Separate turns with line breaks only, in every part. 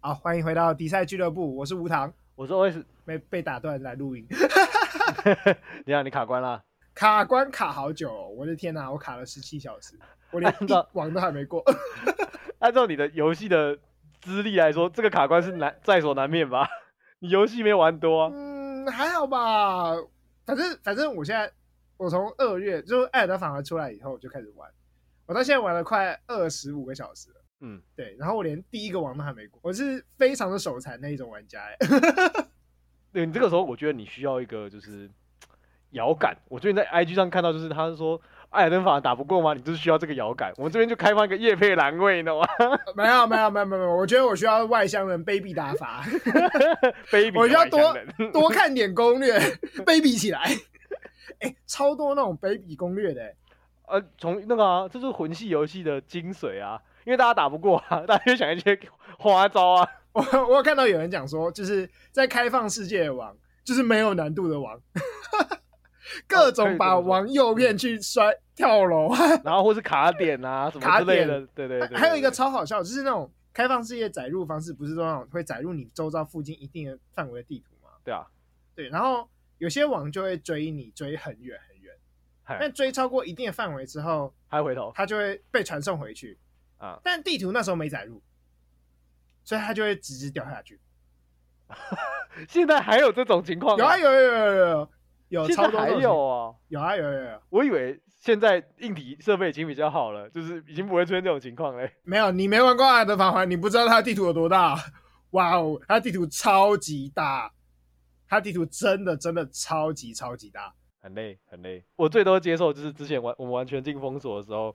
好，欢迎回到迪赛俱乐部，我是吴糖，
我是 OS，
被被打断来录音，
你好，你卡关了。
卡关卡好久、哦，我的天哪，我卡了十七小时，我连
按
一
照
网都还没过。
按照你的游戏的资历来说，这个卡关是难在所难免吧？ 你游戏没玩多啊？
嗯，还好吧，反正反正我现在我从二月就是《艾尔达法环》出来以后我就开始玩，我到现在玩了快二十五个小时了。
嗯，
对，然后我连第一个王都还没过，我是非常的手残那一种玩家、欸。
对你这个时候，我觉得你需要一个就是摇杆。我最近在 IG 上看到，就是他是说艾尔登法打不过吗？你就是需要这个摇杆。我们这边就开放一个叶配栏位，你知道吗
没有没有没有没有没有，我觉得我需要外乡人卑鄙打法，
？Baby，
我需要
外乡
多
人
多看点攻略， 卑鄙起来。 哎、超多那种卑鄙攻略的、欸，
呃，从那个啊，这就是魂系游戏的精髓啊，因为大家打不过啊， 大家就想一些花招啊。
我我有看到有人讲说，就是在开放世界的王，就是没有难度的王， 各种把王诱骗去摔跳楼。
然后或是卡点啊什么
卡
之类
点
的，哦对对对 对
还有一个
对
超好笑，就是那种开放世界载入方式，不是说那种会载入你周遭附近一定的范围的地图吗？
对啊，
对，然后有些网就会追你，追很远很远，
嗨
但追超过一定的范围之后，
还回头
它就会被传送回去
啊
但地图那时候没载入，所以它就会直直掉下去。
现在还有这种情况、
有啊有有有有有有
哦现在
超多
还
这种
有啊。
有啊有有有，
我以为现在硬体设备已经比较好了，就是已经不会出现这种情况嘞。
没有你没玩过《艾尔的返还》，你不知道它的地图有多大。哇哦，它地图超级大，它地图真的真的超级超级大。
很累，很累。我最多接受就是之前完我们完全进封锁的时候，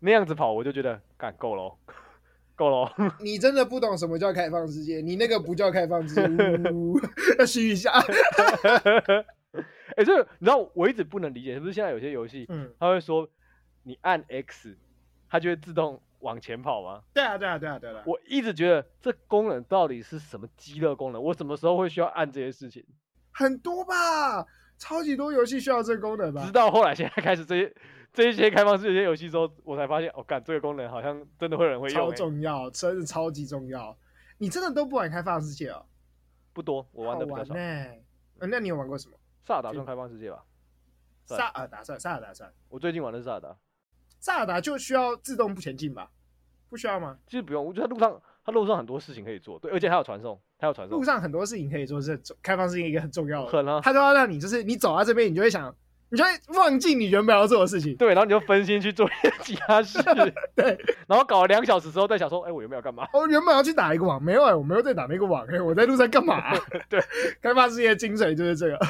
那样子跑我就觉得干够了哦，够了 哦。
你真的不懂什么叫开放世界，你那个不叫开放世界。呜要虚一下，
哎、这个你知道我一直不能理解，是不是现在有些游戏
嗯，
它会说你按 X，它就会自动往前跑吗？
对啊对啊对啊对啊。对啊
我一直觉得这功能到底是什么饥饿功能？我什么时候会需要按这些事情？
很多吧，超级多游戏需要这个功能吧
直？到后来现在开始这些这一些开放世界游戏之后，我才发现，哦，干这个功能好像真的会有人会用、
超
欸，
重要，真的超级重要。你真的都不玩开放世界哦？
不多，我玩的比
好
较
玩
少
呢、。呃那你有玩过什么？
萨尔达算开放世界吧？算
萨尔达算，萨尔达算，
我最近玩的是萨尔达，
萨尔达就需要自动前进吧？不需要吗？
其实不用，我觉得它路上它路上很多事情可以做，对，而且还有传送，还有传
路
送，
上很多事情可以做，是开放世界一个很重要的，
很啊，
它都要让你就是你走到这边，你就会想，你就会忘记你原本要做的事情。
对，然后你就分心去做一些其他事，
对，
然后搞了两小时之后再想说，哎、我有没有干嘛？
哦，原本要去打一个网，没有、欸，我没有在打那个网、欸，我在路上干嘛、
对，
开放世界的精髓就是这个。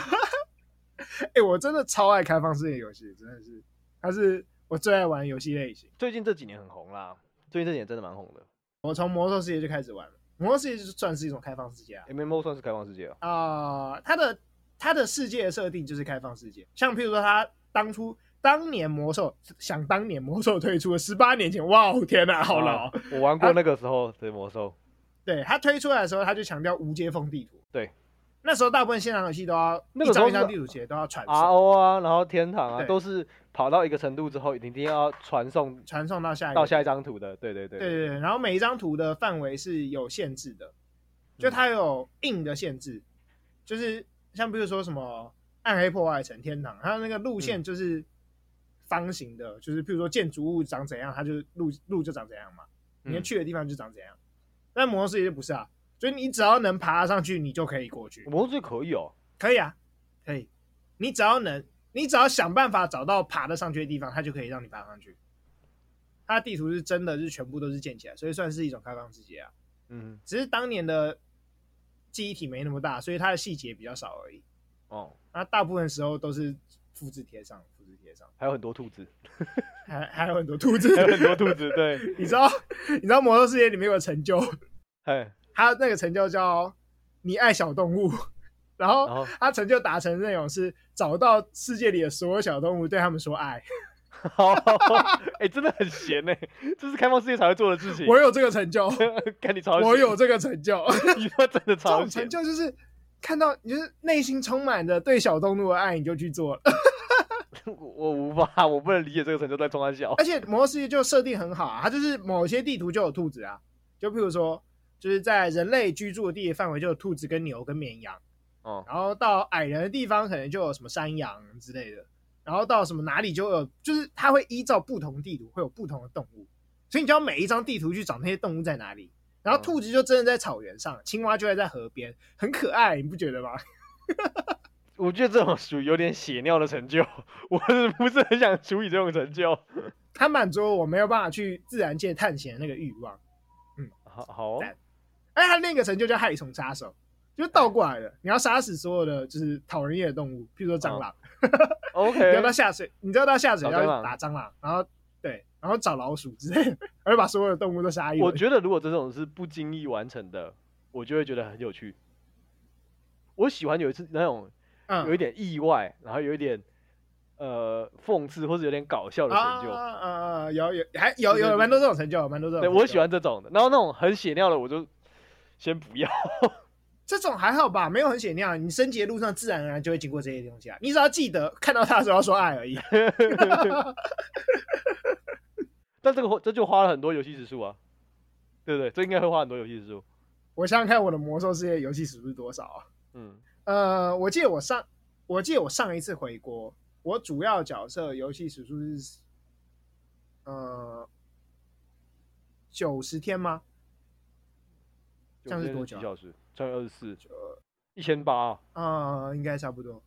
哎、我真的超爱开放世界游戏，真的是，它是我最爱玩的游戏类型。
最近这几年很红啦，最近这几年真的蛮红的
我从魔兽世界就开始玩了，魔兽世界就算是一种开放世界啊。
，MMO 算是开放世界啊。
啊、它的它的世界设定就是开放世界，像譬如说它当初当年魔兽，想当年魔兽推出的十八年前，哇哦天哪、好老！
啊我玩过那个时候的魔兽，
对它推出来的时候，它就强调无接缝地图。
对，
那时候大部分线上游戏都要
那
一
个时
张
候是
一张地图写都要传送
RO 啊，然后天堂啊，
对
都是跑到一个程度之后，一定要传送
传送到下一个
到下一张图的。对对对
对对对，然后每一张图的范围是有限制的，就
嗯
它有硬的限制，就是像比如说什么暗黑破坏神天堂，它那个路
嗯
线就是方形的，就是譬如说建筑物长怎样，它就路路就长怎样嘛，你能
嗯
去的地方就长怎样。但魔兽世界就不是啊，所以你只要能爬上去，你就可以过去，
魔兽可以哦，
可以啊，可以，你只要能，你只要想办法找到爬得上去的地方，它就可以让你爬上去。它的地图是真的是全部都是建起来，所以算是一种开放世界啊。
嗯
只是当年的记忆体没那么大，所以它的细节比较少而已。
哦，
那大部分时候都是复制贴上，复制贴上，
还有很多兔子，
还 还有很多兔子
还。有很多兔子， 对，
你知道，你知道《魔兽世界》里面有个成就，
哎，
它那个成就叫“你爱小动物”，然
然
后
后
它成就达成的内容是找到世界里的所有小动物，对它们说爱。
好， 哎，真的很闲呢，这是开放世界才会做的事情。
我有这个成就，
看你超闲，
我有这个成就。
你说真
这
的超
种
闲
成，就就是看到你就是内心充满着对小动物的爱，你就去做了。
我 我无法，我不能理解这个成就在冲
哎
他笑。
而且魔兽世界就设定很好啊，它就是某些地图就有兔子啊，就譬如说就是在人类居住的地理范围就有兔子、跟牛、跟绵羊，
哦，
然后到矮人的地方可能就有什么山羊之类的，然后到什么哪里就有，就是它会依照不同地图会有不同的动物，所以你就要每一张地图去找那些动物在哪里。然后
嗯
兔子就真的在草原上，青蛙就会在河边，很可爱，你不觉得吗？
我觉得这种属于有点血尿的成就， 我是不是很想处理这种成就？
它满足了我没有办法去自然界探险的那个欲望。
好好哦、
赞哎，它另一个成就叫害虫杀手，就是倒过来的，你要杀死所有的就是讨人厌的动物，譬如说蟑螂，你
o k
要到下水，你知道到下水
哎找蟑
要
螂
打蟑螂，然后对，然后找老鼠之类的， 然后把所有的动物都杀一
我
轮。
觉得如果这种是不经意完成的，我就会觉得很有趣。我喜欢有一次那种有
嗯，
一点意外，然后有一点呃讽刺或者有点搞笑的成就，
啊啊啊！有有还有
对对
有
对
蛮多这种成就，蛮多这种
对
成就。
我喜欢这种的。然后那种很血尿的，我就先不要。
这种还好吧，没有很显亮。你升级的路上自然而然就会经过这些东西啊，你只要记得看到它的时候要说爱而已。
但这个花这就花了很多游戏时数啊，对不对？这应该会花很多游戏时数。
我想想看，我的魔兽世界游戏时数是多少啊？
嗯，
呃，我记得我上，我记得我上一次回国，我主要角色游戏时数是，呃，九十天吗？这样是
90
多久啊
几小时？乘以二十四，一千八。啊
呃，应该差不多。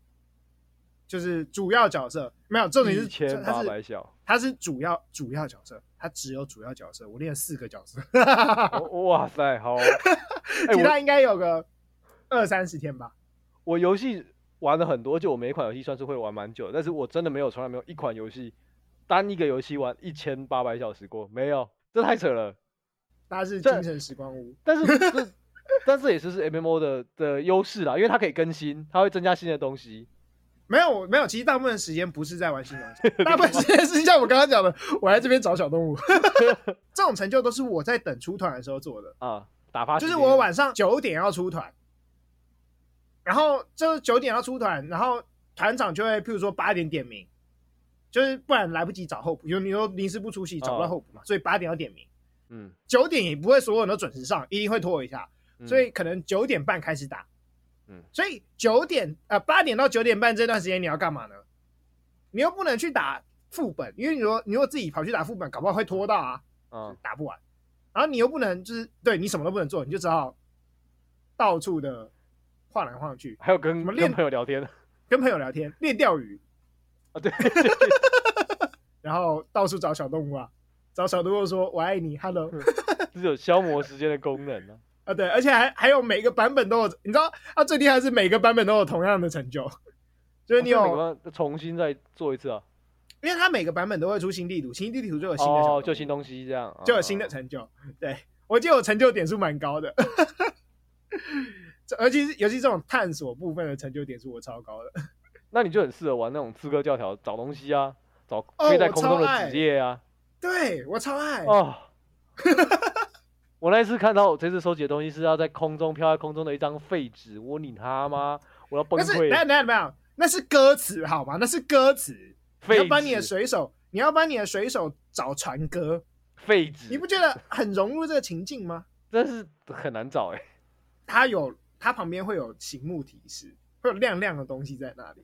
就是主要角色没有，重点是
一千
它
八
是
百小。
它是主要主要角色，它只有主要角色，我练了四个角色，啊
哦哇塞，好哦、哎
其
我
他应该有个二三十天吧。
我游戏玩了很多，就我每一款游戏算是会玩蛮久的，但是我真的没有从来没有一款游戏单一个游戏玩一千八百小时过，没有，这太扯了。
大家是
这
精神时光屋，
但是这， 但是也就是 MMO 的的优势啦，因为它可以更新，它会增加新的东西。
没有没有，其实大部分时间不是在玩新东 西，大部分时间是像我刚刚讲的，我来这边找小动物。 这种成就都是我在等出团的时候做的，
啊，打发
就是
时间
我晚上九点要出团，然后就是九点要出团，然后团长就会譬如说八点点名，就是不然来不及找候补，有你说临时不出席找不
哦
到候补嘛，所以八点要点名，
嗯，
九点也不会所有人都准时上，一定会拖一下，
嗯
所以可能九点半开始打。
嗯
所以九点呃八点到九点半这段时间你要干嘛呢？你又不能去打副本，因为你说你如果自己跑去打副本，搞不好会拖到啊，
啊，
打不完。然后你又不能就是对你什么都不能做，你就只好到处的晃来晃去，
还有跟
什么
跟
练
朋友 聊天
跟朋友聊天、练钓鱼，
啊，对，
然后到处找小动物啊，找小动物说“我爱你 ”，Hello。
这有消磨时间的功能呢、
啊，对，而且还还有每个版本都有，你知道，它、最厉害是每个版本都有同样的成就， 就是你有，
有重新再做一次啊，
因为它每个版本都会出新地图，新地图就有新的小动物
哦，就新东西这样，啊
就有新的成就。对我记得我成就点数蛮高的， 这尤其是尤其这种探索部分的成就点数我超高的。
那你就很适合玩那种刺客教条，找东西啊，找
哦
飞在
我
空
超
中的
爱哎
职业啊。
对我超爱，
哦，我那一次看到我这次收集的东西是要在空中飘在空中的一张废纸，我你他妈，我要崩
但是
溃
那
了！
那没有，那是歌词好吗？那是歌词，你
废
要
纸，
帮你的水手，你要帮你的水手找船歌，
废
你
纸
不，觉得很融入这个情境吗？
真是很难找哎、
它有它旁边会有醒目提示，会有亮亮的东西在那里。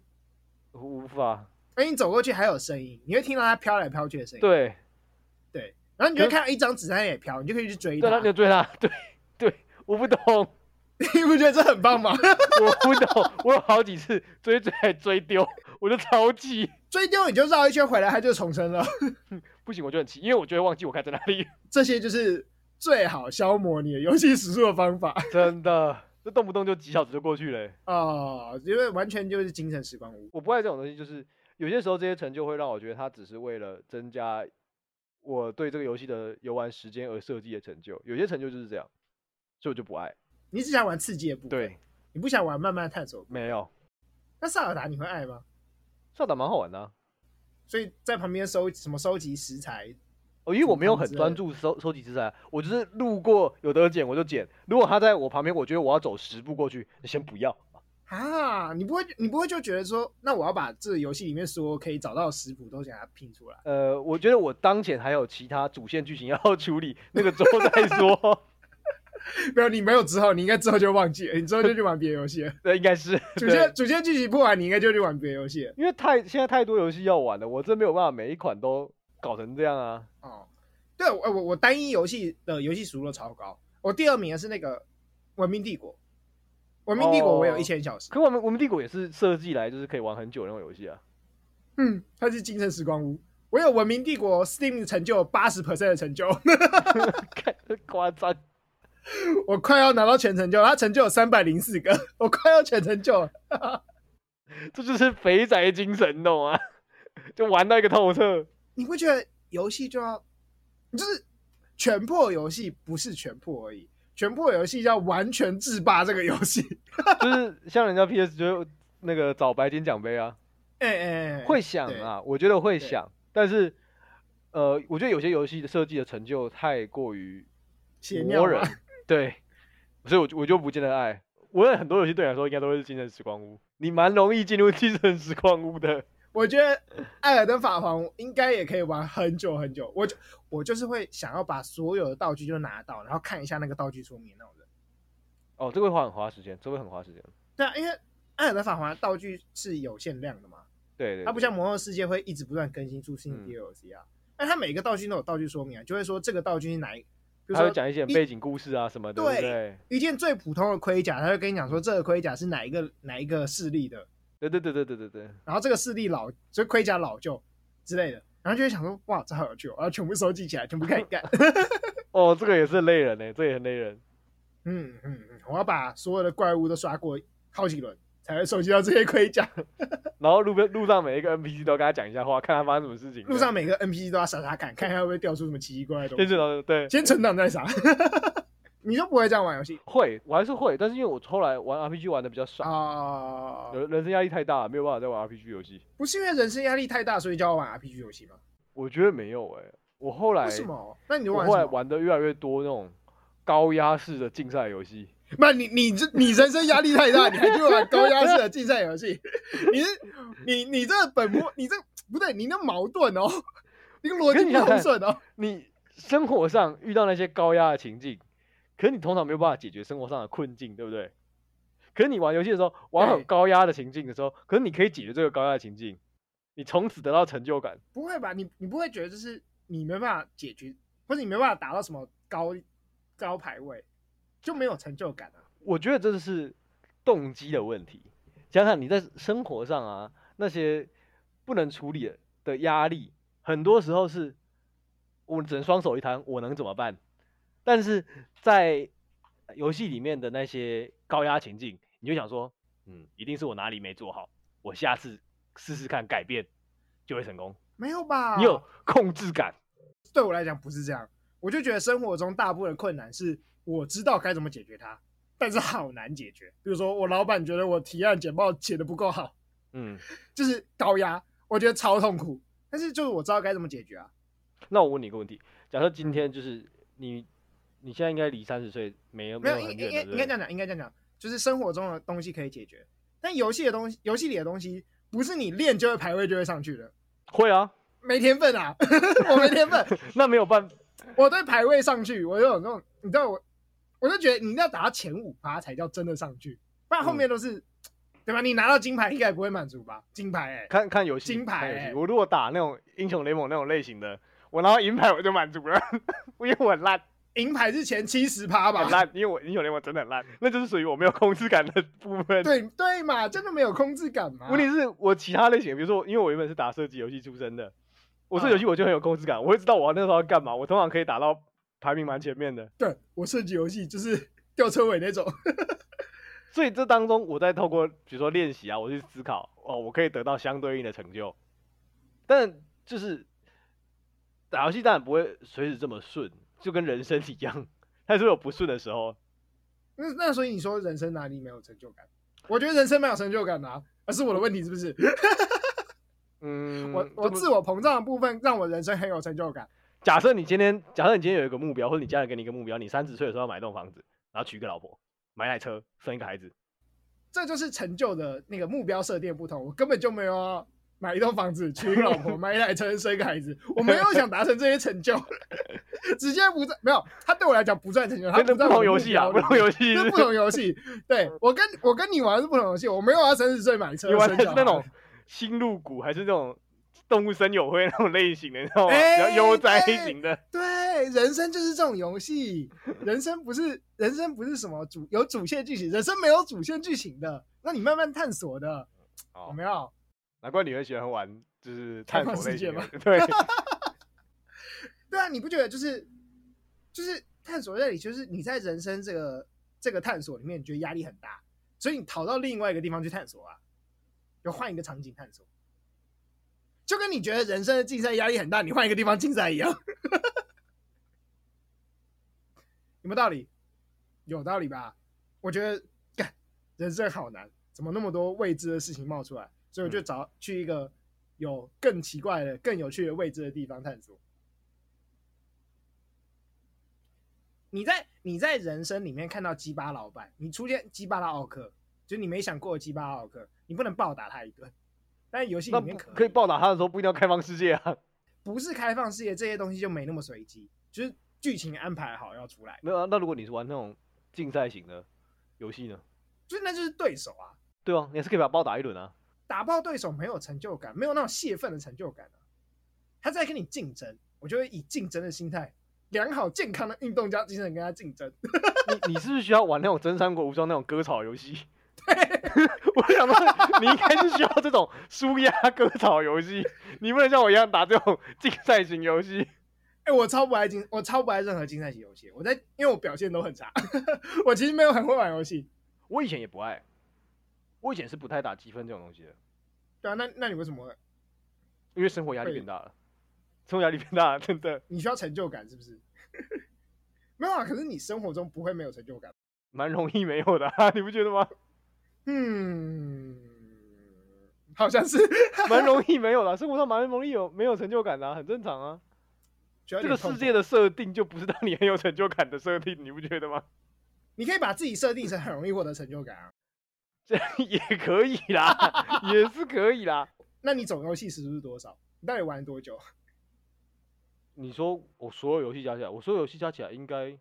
无法。
而你走过去还有声音，你会听到它飘来飘去的声音。
对，
对，然后你就会看到一张纸在那里飘，你就可以去追
对，
它
那。就追他， 对对，我不懂，我
你不觉得这很棒吗？
不懂， 我有好几次追追还追丢，我就超气，
追丢你就绕一圈回来，它就重生了。
不行，我就很气，因为我就会忘记我该在哪里，
这些就是最好消磨你的游戏时速的方法
真的，这动不动就几小时就过去了欸、
哦，因为完全就是精神时光屋。
我不爱这种东西，就是有些时候这些成就会让我觉得它只是为了增加我对这个游戏的游玩时间而设计的成就，有些成就就是这样，所以我就不爱。
你只想玩刺激的部分，，
对，
你不想玩慢慢探索。
没有
那萨尔达你会爱吗？
上岛蛮好玩的啊、
所以在旁边收什么收集食材，
哦，因为我
煮
没有
汤
很
之类
专
的
注收收集食材，我就是路过有得捡我就捡。如果他在我旁边，我觉得我要走十步过去，先不要。
啊，你不会，你不会就觉得说，那我要把这游戏里面所有可以找到的食谱都给它拼出来？
呃， 我觉得我当前还有其他主线剧情要处理，那个之后再说。
没有，你没有之后，你应该之后就忘记了，你之后就去玩别的游戏了。
那应该是
主
对
线主线剧情不玩，你应该就去玩别的游戏了。
因为太现在太多游戏要玩了，我真没有办法每一款都搞成这样啊。
哦，对我我我单一游戏的游戏熟度超高，我第二名的是那个《文明帝国》，《文明帝国》我有
哦
一千小时。
可我们我们帝国也是设计来就是可以玩很久的那种游戏啊。
嗯，它是精神时光屋。我有《文明帝国》Steam 的成就八十 percent 的成就，
看夸张，
我快要拿到全成就，它成就有三百零四个， 我快要全成就了。
这就是肥宅精神，你懂吗？ 就玩到一个透彻。
你不觉得游戏就要，就是全破游戏不是全破而已，全破游戏要完全制霸这个游戏。
就是像人家 PS 就那个找白金奖杯啊，
哎哎、哎
会想
对
啊，我觉得会
对
想，但是呃，我觉得有些游戏的设计的成就太过于
邪
魔
妙
人
啊，，
对，所以我就我就不见得爱。我有很多游戏对你来说应该都是精神时光屋，你蛮容易进入 精神时光屋的。
我觉得《艾尔登法环》应该也可以玩很久很久。我就我就是会想要把所有的道具就拿到，然后看一下那个道具出名那种人。
哦，这个会花很花时间，这个会很花时间。
对啊，因为《艾尔登法环》道具是有限量的嘛，
对对，
它不
对
像《魔兽世界》会一直不断更新出新的
嗯
DLC 啊。但它每个道具都有道具说明啊，就会说这个道具是哪一，比如
他会
说
讲一些
一
背景故事啊什么的，对
对
不对？
一件最普通的盔甲，他会跟你讲说这个盔甲是哪一个哪一个势力的，
对对对对对对对，
然后这个势力老，所以盔甲老旧之类的，然后就会想说哇，这好有趣、哦，然后全部收集起来，全部看一 看。
哦，这个也是很累人呢、这个也很累人。
嗯嗯嗯，我要把所有的怪物都刷过好几轮，才会收集到这些盔 甲。
然后路边路上每一个 NPC 都跟他讲一下话，看他发生什么事情。
路上每个 NPC 都要杀杀看，看看会不会掉出什么奇奇怪怪的东
先
西。
知道对，
先存档再杀。你就不会这样玩游戏
会我还是会，但是因为我后来玩 RPG 玩的比较少，
啊？
人人生压力太大了，没有办法再玩 RPG 游戏。
不是因为人生压力太大，所以就要玩 RPG 游戏吗？
我觉得没有哎、我后来
为什么？那你就
我
玩
后来
什么？
玩的越来越多那种高压式的竞赛游戏。
那你你这你人生压力太大，你还去玩高压式的竞赛游戏？你是你你这本末你这不对，你那矛盾哦，你个逻辑不通顺哦。
你生活上遇到那些高压的情境，可是你通常没有办法解决生活上的困境，对不对？可是你玩游戏的时候，玩
对
很高压的情境的时候，可是你可以解决这个高压的情境，你从此得到成就感。
不会吧？你你不会觉得就是你没办法解决，或者你没办法达到什么高高排位，就没有成就感啊？
我觉得这是动机的问题。想想你在生活上啊，那些不能处理的的压力，很多时候是我只能双手一摊，我能怎么办？但是在游戏里面的那些高压情境，你就想说，嗯，一定是我哪里没做好，我下次试试看改变，就会成功。
没有吧？
你有控制感，
对我来讲不是这样，我就觉得生活中大部分的困难是我知道该怎么解决它，但是好难解决。比如说我老板觉得我提案简报写的不够好，
嗯。
就是高压，我觉得超痛苦。但是就是我知道该怎么解决啊。
那我问你一个问题：假设今天就是你，你现在应该离三十岁没有
没有，
有
应
很
应
远
该
了，
应该这
对
样讲，应该这样讲，就是生活中的东西可以解决，但游戏的东西，游戏里的东西不是你练就会排位就会上去的。
不对会啊，
没天分啊！ 我没天分，
那没有办法，
我对排位上去，我就有那种，你知道我，我就觉得你一定要打到前五趴才叫真的上去，不然后面都是，对吧？你拿到金牌应该也不会满足吧？金牌、欸，
看看游戏，
金牌
看游戏
欸
我如果打那种英雄联盟那种类型的，我拿到银牌我就满足了， 因为我很烂，
银牌是前七十趴
很
吧？
烂，因为我英雄联盟真的很烂，那就是属于我没有控制感的部分。
对对嘛，真的没有控制感嘛？
问题是我其他类型，比如说，因为我原本是打射击游戏出身的，我射击游
嗯
戏我就很有控制感，我会知道我那时候要干嘛，我通常可以打到排名蛮前面的。
对我射击游戏就是 吊车尾那种，
所以这当中，我在透过比如说练习啊，我去思考哦，我可以得到相对应的成就。但就是打游戏当然不会随时这么顺，就跟人生一样，它是有不顺的时候。
那那所以你说人生哪里没有成就感？我觉得人生没有成就感的啊，而是我的问题是不是？
嗯，
我我
这么
自我膨胀的部分让我人生很有成就感。
假设你今天，假设你今天有一个目标，或者你家人给你一个目标，你三十岁的时候要买一栋房子，然后娶一个老婆，买一台车，生一个孩子。
这就是成就的那个目标设定不同。我根本就没有要买一栋房子，娶一个老 婆，买一台车，生一个孩子。我没有想达成这些成就，直接不在没有。他对我来讲不算成就，他
真的
在我
不同
的
游
目
戏
标
啊，不
里
同游戏
这
是
不同游戏。对我跟我跟你玩的是不同游戏，我没有要三十岁买车
你，玩
生啊
的
小
是
孩
那种新入股，还是那种动物森友会那种类型的，你知道吗？
哎
比较悠哉
对
型的。
对，人生就是这种游戏，人生不是人生不是什么主有主线剧情，人生没有主线剧情的，那你慢慢探索的，有
哦
没，有？
难怪你会喜欢玩，就是
开
探
放
索类
世界
型的
吗。
对，
对啊，你不觉得就是就是探索这里，就是你在人生这个这个探索里面，你觉得压力很大，所以你逃到另外一个地方去探索啊，就换一个场景探索，就跟你觉得人生的竞赛压力很大，你换一个地方竞赛一样， 有没有道理？有道理吧？我觉得干人生好难，怎么那么多未知的事情冒出来？所以
嗯
我就找、去一个有更奇怪的、更有趣的未知的地方探索。你在你在人生里面看到鸡巴老板，你出现鸡巴拉奥克，就是你没想过的鸡巴拉奥克，你不能暴打他一顿，但游戏
那
里面
不
可
可以暴打他的时候不一定要开放世界啊。
不是开放世界这些东西就没那么随机，就是剧情安排好要出来，
没有 啊，那如果你是玩那种竞赛型的游戏呢？
就是那就是对手啊，
对啊，你还是可以把他暴打一轮啊。
打爆对手没有成就感，没有那种泄愤的成就感啊。他在跟你竞争，我就会以竞争的心态，良好健康的运动家精神跟他竞争。
你你是不是需要玩那种《真三国无双》那种割草游戏？ 我想说，你应该是需要这种舒压割草游戏，你不能像我一样打这种竞赛型游戏。
哎、我超不爱竞，我超不爱任何竞赛型游戏。我在因为我表现都很差， 我其实没有很会玩游戏。
我以前也不爱，我以前是不太打积分这种东西的，
对啊，那那你为什么会
因为生活压力
对
变大了，生活压力变大了，真的
你需要成就感是不是？ 没有啊，可是你生活中不会没有成就感。
蛮容易没有的、啊，你不觉得吗？
嗯，好像是，
蛮容易没有的啊、生活上蛮容易有没有成就感的啊、很正常啊。
需要
这
有
个
点痛
世
苦
界的设定就不是让你很有成就感的设定，你不觉得吗？
你可以把自己设定成很容易获得成就感啊。
这也可以 啦，也是可以啦。
那你总游戏时数是多少？你到底玩了多久？
你说我所有游戏加起来，我所有游戏加起来应该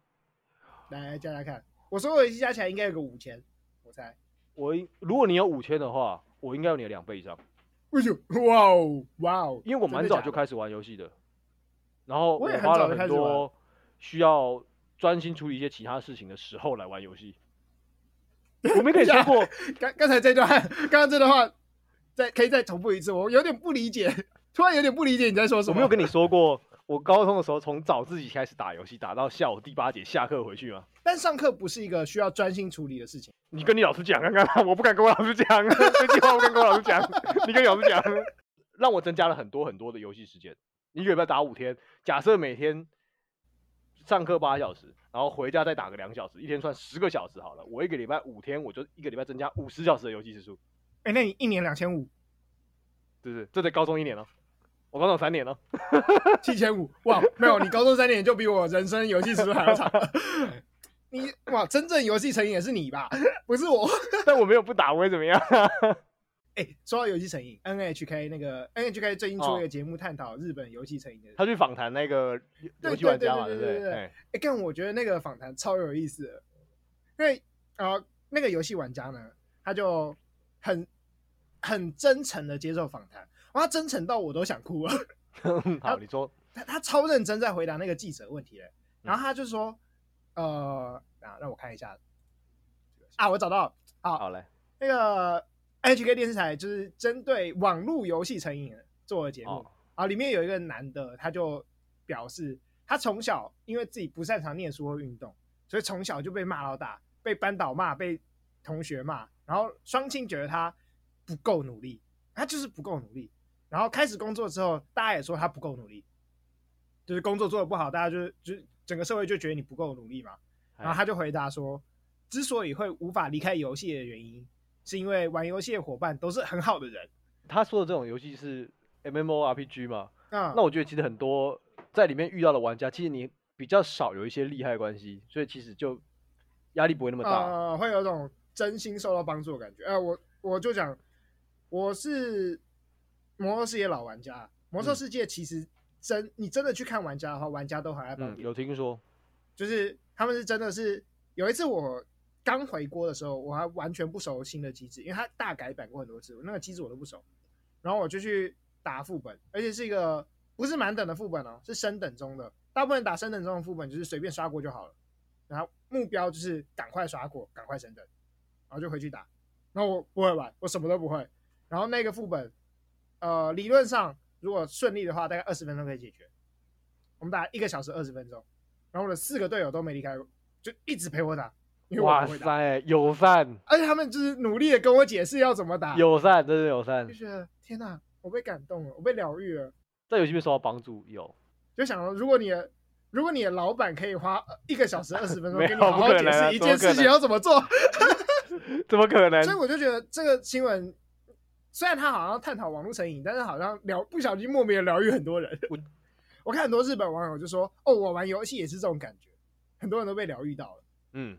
来加加看，我所有游戏加起来应该有个五千，我猜。
我应如果你有五千的话，我应该有你的两倍以上，
哎呦，哇哦，哇哦！
因为我
真
蛮
的
早
假
就
的
开始玩游戏的，然后
我也很
花
早
了
就开
很
始玩
多需要专心处理一些其他事情的时候来玩游 戏。我们可
等
以
一
说
下
过，
刚刚才这段，刚刚这段话，再可以再重复一次，我有点不理解，突然有点不理解你在说什
我
么。
没有跟你说过，我高中的时候从早自习开始打游戏，打到下午第八节下课回去吗？
但上课不是一个需要专心处理的事情。
你跟你老师讲看看啊，我不敢跟我老师讲，啊这句话我不敢跟我老师讲。啊你跟你老师讲，让我增加了很多很多的游戏时间。一个礼拜打五天，假设每天上课八小时，然后回家再打个两小时，一天算十个小时好了。我一个礼拜五天，我就一个礼拜增加五十小时的游戏时数，
哎、那你一年两千五，
是不是？这在高中一年哦，我高中三 年哦。
七千五，哇，没有，你高中三年就比我人生游戏时数还要长。 你哇，真正游戏成瘾也是你吧，不是我。
但我没有不打，我会怎么样？
哎、说到游戏成瘾，NHK 那个 NHK 最近出了一个节目，探讨日本游戏成瘾的。哎、
他去访谈那个游戏玩家嘛，
对
对
对对
不
对对对
哎
但我觉得那个访谈超有意思的，因为呃，那个游戏玩家呢，他就很很真诚的接受访谈，哇，他真诚到我都想哭了。
好，你说，
他他超认真在回答那个记者问题嘞，然后他就说，呃，啊，让我看一下，啊，我找到了
好嘞，
那个 HK 电视台就是针对网络游戏成瘾做的节目
哦，
啊，里面有一个男的，他就表示他从小因为自己不擅长念书或运动，所以从小就被骂到大，被班导骂，被同学骂，然后双亲觉得他不够努力，他就是不够努力。然后开始工作之后，大家也说他不够努力，就是工作做的不好，大家就是就是整个社会就觉得你不够努力嘛。然后他就回答说，之所以会无法离开游戏的原因，是因为玩游戏的伙伴都是很好的人。
他说的这种游戏是 MMORPG 嘛？
嗯，
那我觉得其实很多在里面遇到的玩家，其实你比较少有一些利害关系，所以其实就压力不会那么大。
呃，会有一种真心受到帮助的感觉。呃，我我就讲，我是魔兽世界老玩家，魔
嗯
兽世界其实真、你真的去看玩家的话，玩家都还在抱
嗯，
怨，
有听说，
就是他们是真的是有一次我刚回国的时候，我还完全不熟新的机制，因为它大改版过很多次，那个机制我都不熟。然后我就去打副本，而且是一个不是满等的副本哦，是升等中的。大部分打升等中的副本就是随便刷过就好了，然后目标就是赶快刷过，赶快升等，然后就回去打。然后我不会玩，我什么都不会。然后那个副本，呃，理论上如果顺利的话，大概二十分钟可以解决。我们打一个小时二十分钟，然后我的四个队友都没离开，就一直陪我打，因为我
哇
不会打，
塞，友善，
而且他们就是努力的跟我解释要怎么打，
友善，真的友善
就，觉得天哪、我被感动了，我被疗愈了。
在游戏里面受到帮助有，
就想说，如果你的如果你的老板可以花呃一个小时二十分钟
没有
给你好好
不可
解
能啊
释一件事情要怎么做，
怎么可能
所以？我就觉得这个新闻虽然它好像探讨网络成瘾，但是好像疗不小心莫名的疗愈很多人。我
我
我看很多日本网友就说，哦，我玩游戏也是这种感觉，很多人都被疗愈到了。
嗯，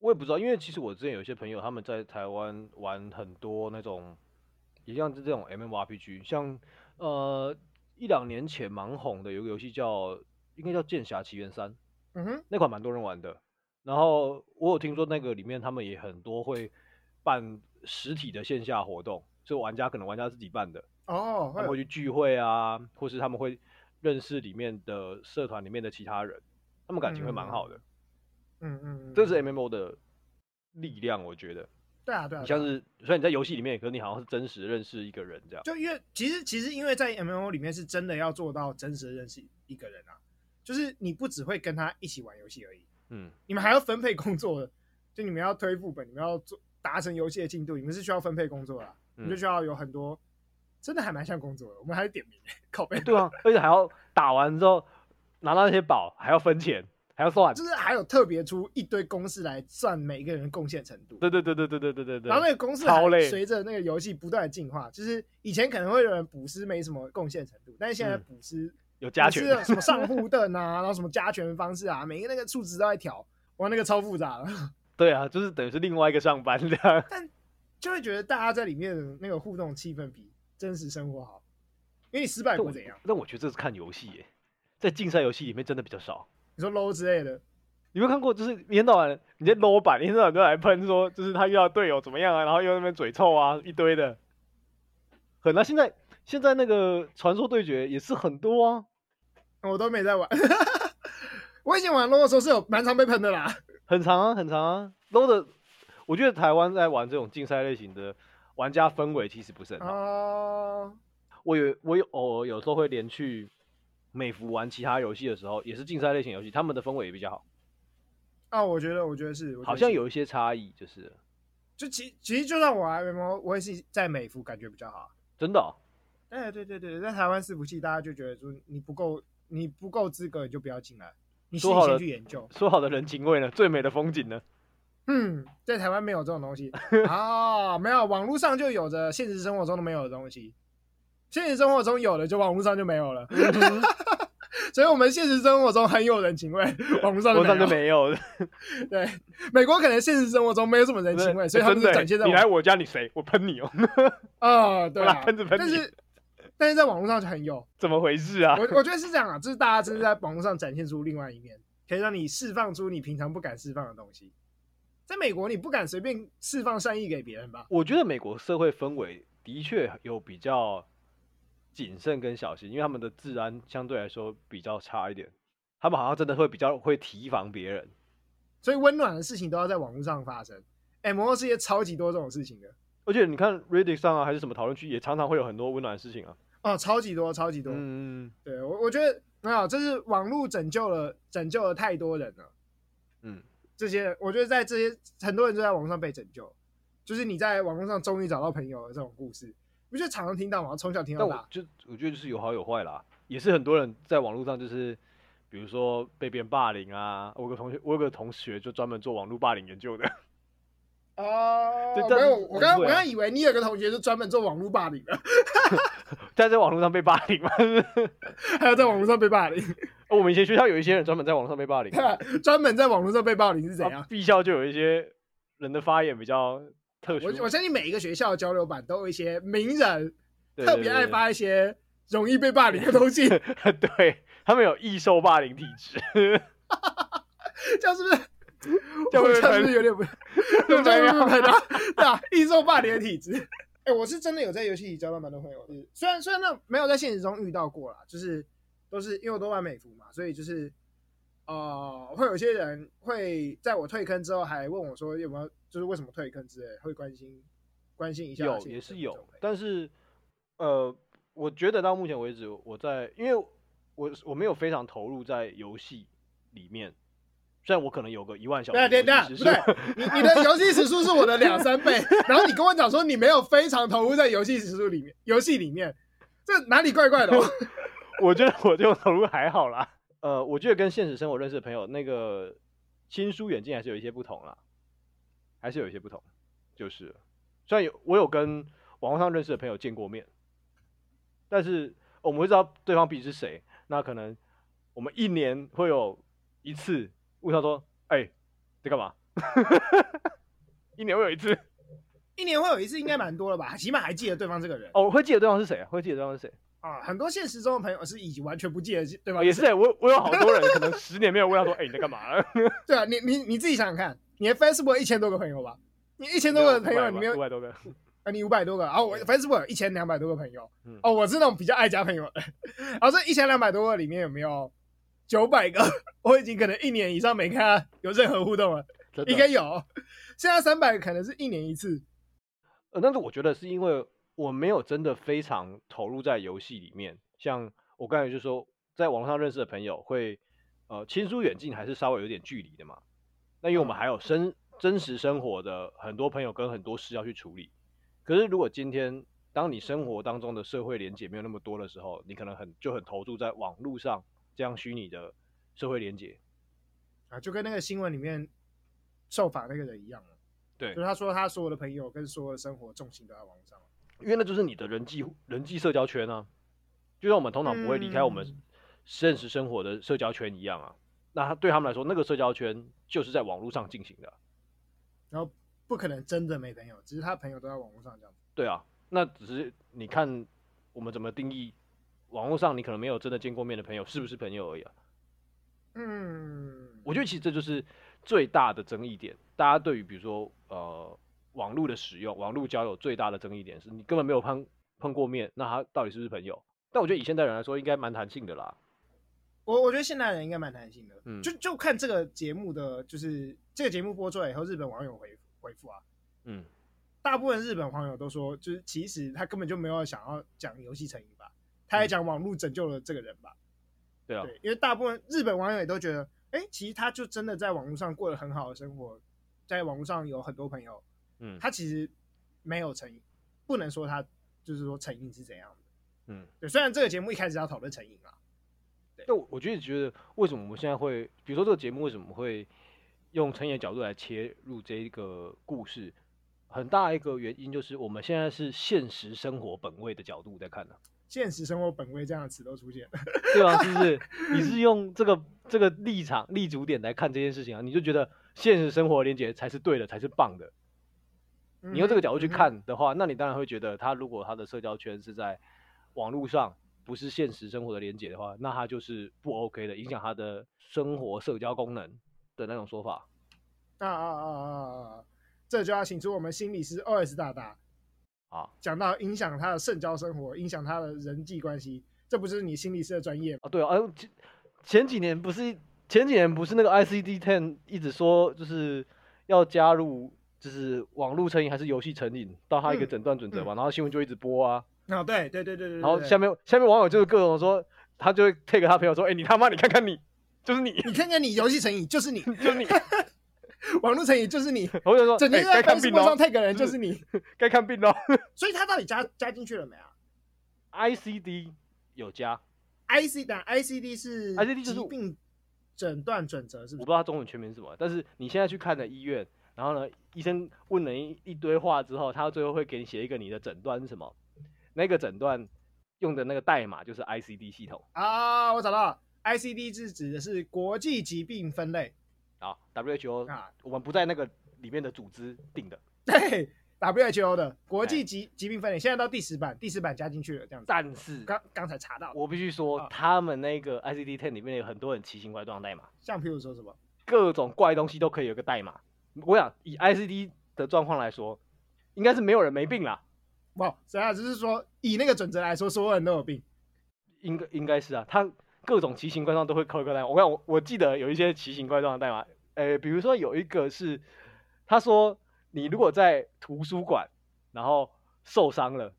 我也不知道，因为其实我之前有些朋友他们在台湾玩很多那种，也像是这种 MMORPG，像呃一两年前蛮红的有个游戏叫应该叫《剑侠奇缘三》，
嗯哼，
那款蛮多人玩的。然后我有听说那个里面他们也很多会办实体的线下活动，所以玩家可能玩家自己办的，
哦，
他们
会
会去聚会啊，或是他们会认识里面的社团里面的其他人，他们感情会蛮好的。
嗯嗯，嗯
这是 MMO 的力量，我觉得。
对啊对啊，
你
对啊
像是虽然你在游戏里面，可是你好像是真实认识一个人这样。
就因为其实其实因为在 M O 里面是真的要做到真实地认识一个人啊，就是你不只会跟他一起玩游戏而已，
嗯，
你们还要分配工作的，就你们要推副本，你们要做达成游戏的进度，你们是需要分配工作的啊、你
嗯
们就需要有很多，真的还蛮像工作的。我们还是点名靠背，
对啊，而且还要打完之后拿到那些宝，还要分钱，还要算。
就是还有特别出一堆公式来算每个人的贡献程度。
对对对对对对对对对。
然后那个公式
超
还
累
随着那个游戏不断的进化，就是以前可能会有人捕食没什么贡献程度，但是现在
嗯
捕食
有加权
是，什么上护盾啊，然后什么加权方式啊，每个那个数值都在调，哇，那个超复杂的，
对啊，就是等于是另外一个上班这样。
就会觉得大家在里面的那个互动气氛比真实生活好，因为你失败
但
不
我
怎样，
但我觉得这是看游戏耶，在竞赛游戏里面真的比较少。
你说 low 之类的，
你有没有看过，就是一天到晚你在 low 版，一天到晚都来喷说，就是他遇到队友怎么样啊，然后又在那边嘴臭啊，一堆的。很啊，现在现在那个传说对决也是很多啊，
我都没在玩。 我以前玩 low 的时候是有蛮常被喷的啦，
很长啊，很长啊。low 的，我觉得台湾在玩这种竞赛类型的玩家氛围其实不是很
啊
好。
哦，
我有我有偶尔有时候会连去美服玩其他游戏的时候，也是竞赛类型游戏，他们的氛围也比较好，
啊，我觉得，我觉得是，我觉得
好像
是，
有一些差异，就是了
就其其实就算我玩 MMO，我也是在美服感觉比较好。
真的哦、
哎，对对对，在台湾伺服器，大家就觉得说你不够，你不够资格，你就不要进来，你自己
说好
先
了
去研究。
说好的人情味呢？最美的风景呢？
嗯，在台湾没有这种东 西啊、没有，网络上就有着现实生活中都没有的东西，现实生活中有的就网络上就没有了，
嗯
所以我们现实生活中很有人情味，网络上就没
我
有。
上就没有了，
对，美国可能现实生活中没有什么人情味，所以他们
真
就
的
展现在
你
网
来我家，你谁？我喷你哦，
啊、对
我拿
啊，
喷子喷
但
你，
是但是在网络上就很有，
怎么回事啊？
我我觉得是这样啊，就是大家真的在网络上展现出另外一面，可以让你释放出你平常不敢释放的东西。在美国，你不敢随便释放善意给别人吧？
我觉得美国社会氛围的确有比较谨慎跟小心，因为他们的治安相对来说比较差一点，他们好像真的会比较会提防别人。
所以温暖的事情都要在网络上发生。哎，魔兽世界超级多这种事情的
而且你看 Reddit 上啊，还是什么讨论区，也常常会有很多温暖的事情啊。
哦，超级多，超级多。
嗯嗯
对我，我觉得没有，这是网络拯救了拯救了太多人了。
嗯，
这些我觉得在这些很多人都在网络上被拯救，就是你在网络上终于找到朋友的这种故事，不就常常听到吗？从小听到
但
大。
我就我觉得就是有好有坏啦，也是很多人在网络上就是，比如说被别人霸凌啊。我有个同学，我有个同学就专门做网络霸凌研究的，
哦，
对
没
但
有，
是
我刚刚
不
我
会啊
刚刚以为你有个同学是专门做网络霸凌的，
但在网络上被霸凌嘛。
还有在网络上被霸凌，
哦我们以前学校有一些人专门在网络上被霸凌啊，
专门在网络上被霸凌是怎样
啊？毕校就有一些人的发言比较特殊
我。我相信每一个学校的交流版都有一些名人，
对
特别爱，发一些容易被霸凌的东 西，这
对对对对他们有易受霸凌体质，
样是不是？
这
我
样会
们
被
这样是
喷
不是有点 不？
会
我
被
们这样
喷
是不是很大 对啊，易受霸凌的体 质。哎、我是真的有在游戏里交到蛮多朋友，就是虽然虽然那没有在现实中遇到过啦，就是都是因为我都玩美服嘛，所以就是呃，会有些人会在我退坑之后还问我说有没有，就是为什么退坑之类，会关心关心一下
有
现实
也是
生活
有
中，
但是呃，我觉得到目前为止，我在因为我我没有非常投入在游戏里面，虽然我可能有个一万小时
对啊对
游
对，
戏时
不
数，
对，你你的游戏时速是我的两三 倍，然后你跟我讲说你没有非常投入在游戏时速里面，游戏里面，这哪里怪怪的、哦？
我觉得我这种投入还好啦。 呃，我觉得跟现实生活认识的朋友那个亲疏远近还是有一些不同啦，还是有一些不同，就是了虽然有我有跟网络上认识的朋友见过面，但是我们会知道对方彼此是谁，那可能我们一年会有一次问他说：“哎、在干嘛？” 一年会有一次
一年会有一次，应该蛮多了吧？起码还记得对方这个人
哦，我会记得对方是谁啊，会记得对方是谁。
啊。很多现实中的朋友是已经完全不记得对
哦
方
也
是
是、欸，我我有好多人可能十年没有问他说：“哎、你在干嘛了？”
对啊，你你你自己想想看，你的 Facebook 一千多个朋友吧，你一千多个朋友里面
五，百多个，
啊，你五百多个，然后我 Facebook 有一千两百多个朋友
嗯，
哦，我是那种比较爱加朋友的，然后这一千两百多个里面有没有九百个，我已经可能一年以上没跟他有任何互动了，
真 的
应该有。现在三百可能是一年一次，
呃，但是我觉得是因为我没有真的非常投入在游戏里面，像我刚才就说，在网络上认识的朋友会，呃，亲疏远近还是稍微有点距离的嘛。那因为我们还有生真实生活的很多朋友跟很多事要去处理。可是如果今天当你生活当中的社会连接没有那么多的时候，你可能很就很投注在网络上这样虚拟的社会连接。
啊，就跟那个新闻里面受访那个人一样了。
对
就是他说他所有的朋友跟所有的生活重心都在网上。
因为那就是你的人际人际社交圈啊，就像我们通常不会离开我们
嗯
现实生活的社交圈一样啊。那他对他们来说，那个社交圈就是在网络上进行的啊，
然后不可能真的没朋友，只是他朋友都在网络上这样。
对啊。那只是你看我们怎么定义网络上你可能没有真的见过面的朋友是不是朋友而已啊。
嗯，
我觉得其实这就是最大的争议点，大家对于比如说呃网络的使用、网络交友最大的争议点是你根本没有碰碰过面，那他到底是不是朋友？但我觉得以现代人来说，应该蛮弹性的啦。
我我觉得现代人应该蛮贪心的，
嗯
就就看这个节目的，就是这个节目播出来以后，日本网友回回复啊，
嗯，
大部分日本网友都说，就是其实他根本就没有想要讲游戏成瘾吧，他
嗯
也讲网络拯救了这个人吧，
对啊。
对，因为大部分日本网友也都觉得，哎、其实他就真的在网络上过得很好的生活，在网络上有很多朋友，
嗯
他其实没有成瘾，不能说他就是说成瘾是怎样的，
嗯。
对，虽然这个节目一开始要讨论成瘾啊，
那我我就觉得，为什么我们现在会，比如说这个节目为什么会用成瘾的角度来切入这一个故事，很大一个原因就是我们现在是现实生活本位的角度在看的、啊
现实生活本位这样的词都出现了。
对啊，是不是？你是用这个这个立场立足点来看这件事情啊，你就觉得现实生活的连接才是对的，才是棒的。你用这个角度去
嗯哼，
看的话，那你当然会觉得他如果他的社交圈是在网络上，不是现实生活的连接的话，那他就是不 OK 的，影响他的生活社交功能的那种说法。
啊啊啊啊啊啊！这就要请出我们心理师 OS 大大，
啊
讲到影响他的社交生活，影响他的人际关系，这不是你心理师的专业吗？
啊，对啊，哎呦前前几年不是前几年不是那个 ICD ten 一直说就是要加入就是网络成瘾还是游戏成瘾到他一个
嗯
诊断准则嘛，然后新闻就一直播啊，
啊，对对对对对。
然后
对
下，面下面网友就是各种说，他就会 take 他朋友说，哎、你他妈你看看你。就是你，
你看看你游戏成瘾就是你，
就是你，
网络成瘾就是你，
我就说，
整天在
哎该看病
Facebook
喽
上，tag 人就是你。
该看病喽。
所以他到底加加进去了没啊
ICD 有加，
？IC 等 ICD 是
ICD 就是
疾病诊断准则是
我
不是？
不知道它中文全名是什么，但是你现在去看的医院，然后呢，医生问了一一堆话之后，他最后会给你写一个你的诊断是什么，那个诊断用的那个代码就是 ICD 系统
啊，我找到了，ICD 是指的是国际疾病分类
啊，WHO，
啊，
我们不在那个里面的组织定的，
对， WHO 的国际疾疾病分类，现在到第十版，第十版加进去了，这样子。
但是
刚刚才查到，
我必须说
啊，
他们那个 ICD ten 里面有很多很奇形怪状的代码，
像譬如说什么，
各种怪东西都可以有个代码。我想以 ICD 的状况来说，应该是没有人没病啦，
不，怎样？只是说以那个准则来说，所有人都有病。
应该应该是啊，他各种奇形怪状都会扣一个代码。我看我我记得有一些奇形怪状的代码，呃，比如说有一个是他说你如果在图书馆然后受伤了，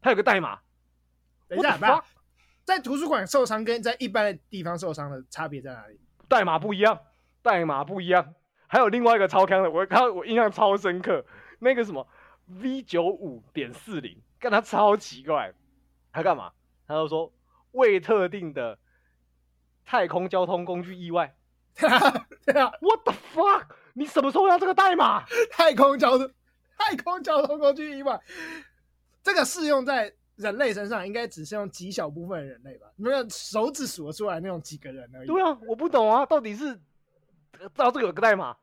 他有个代码，
等一下，
What
不
the
要
fuck？
在图书馆受伤跟在一般的地方受伤的差别在哪里？
代码不一样，代码不一样。还有另外一个超坑的，我看我印象超深刻，那个什么 V 九五点四零，看他超奇怪，他干嘛？他就说未特定的太空交通工具意外。
对啊，
What the fuck？你什么时候要这个代码？
太空交通 太空交通工具意外，这个适用在人类身上，应该只是用极小部分的人类吧？没有手指数得出来那种几个人而已。
对啊，我不懂啊，到底是呃到这个有个代码？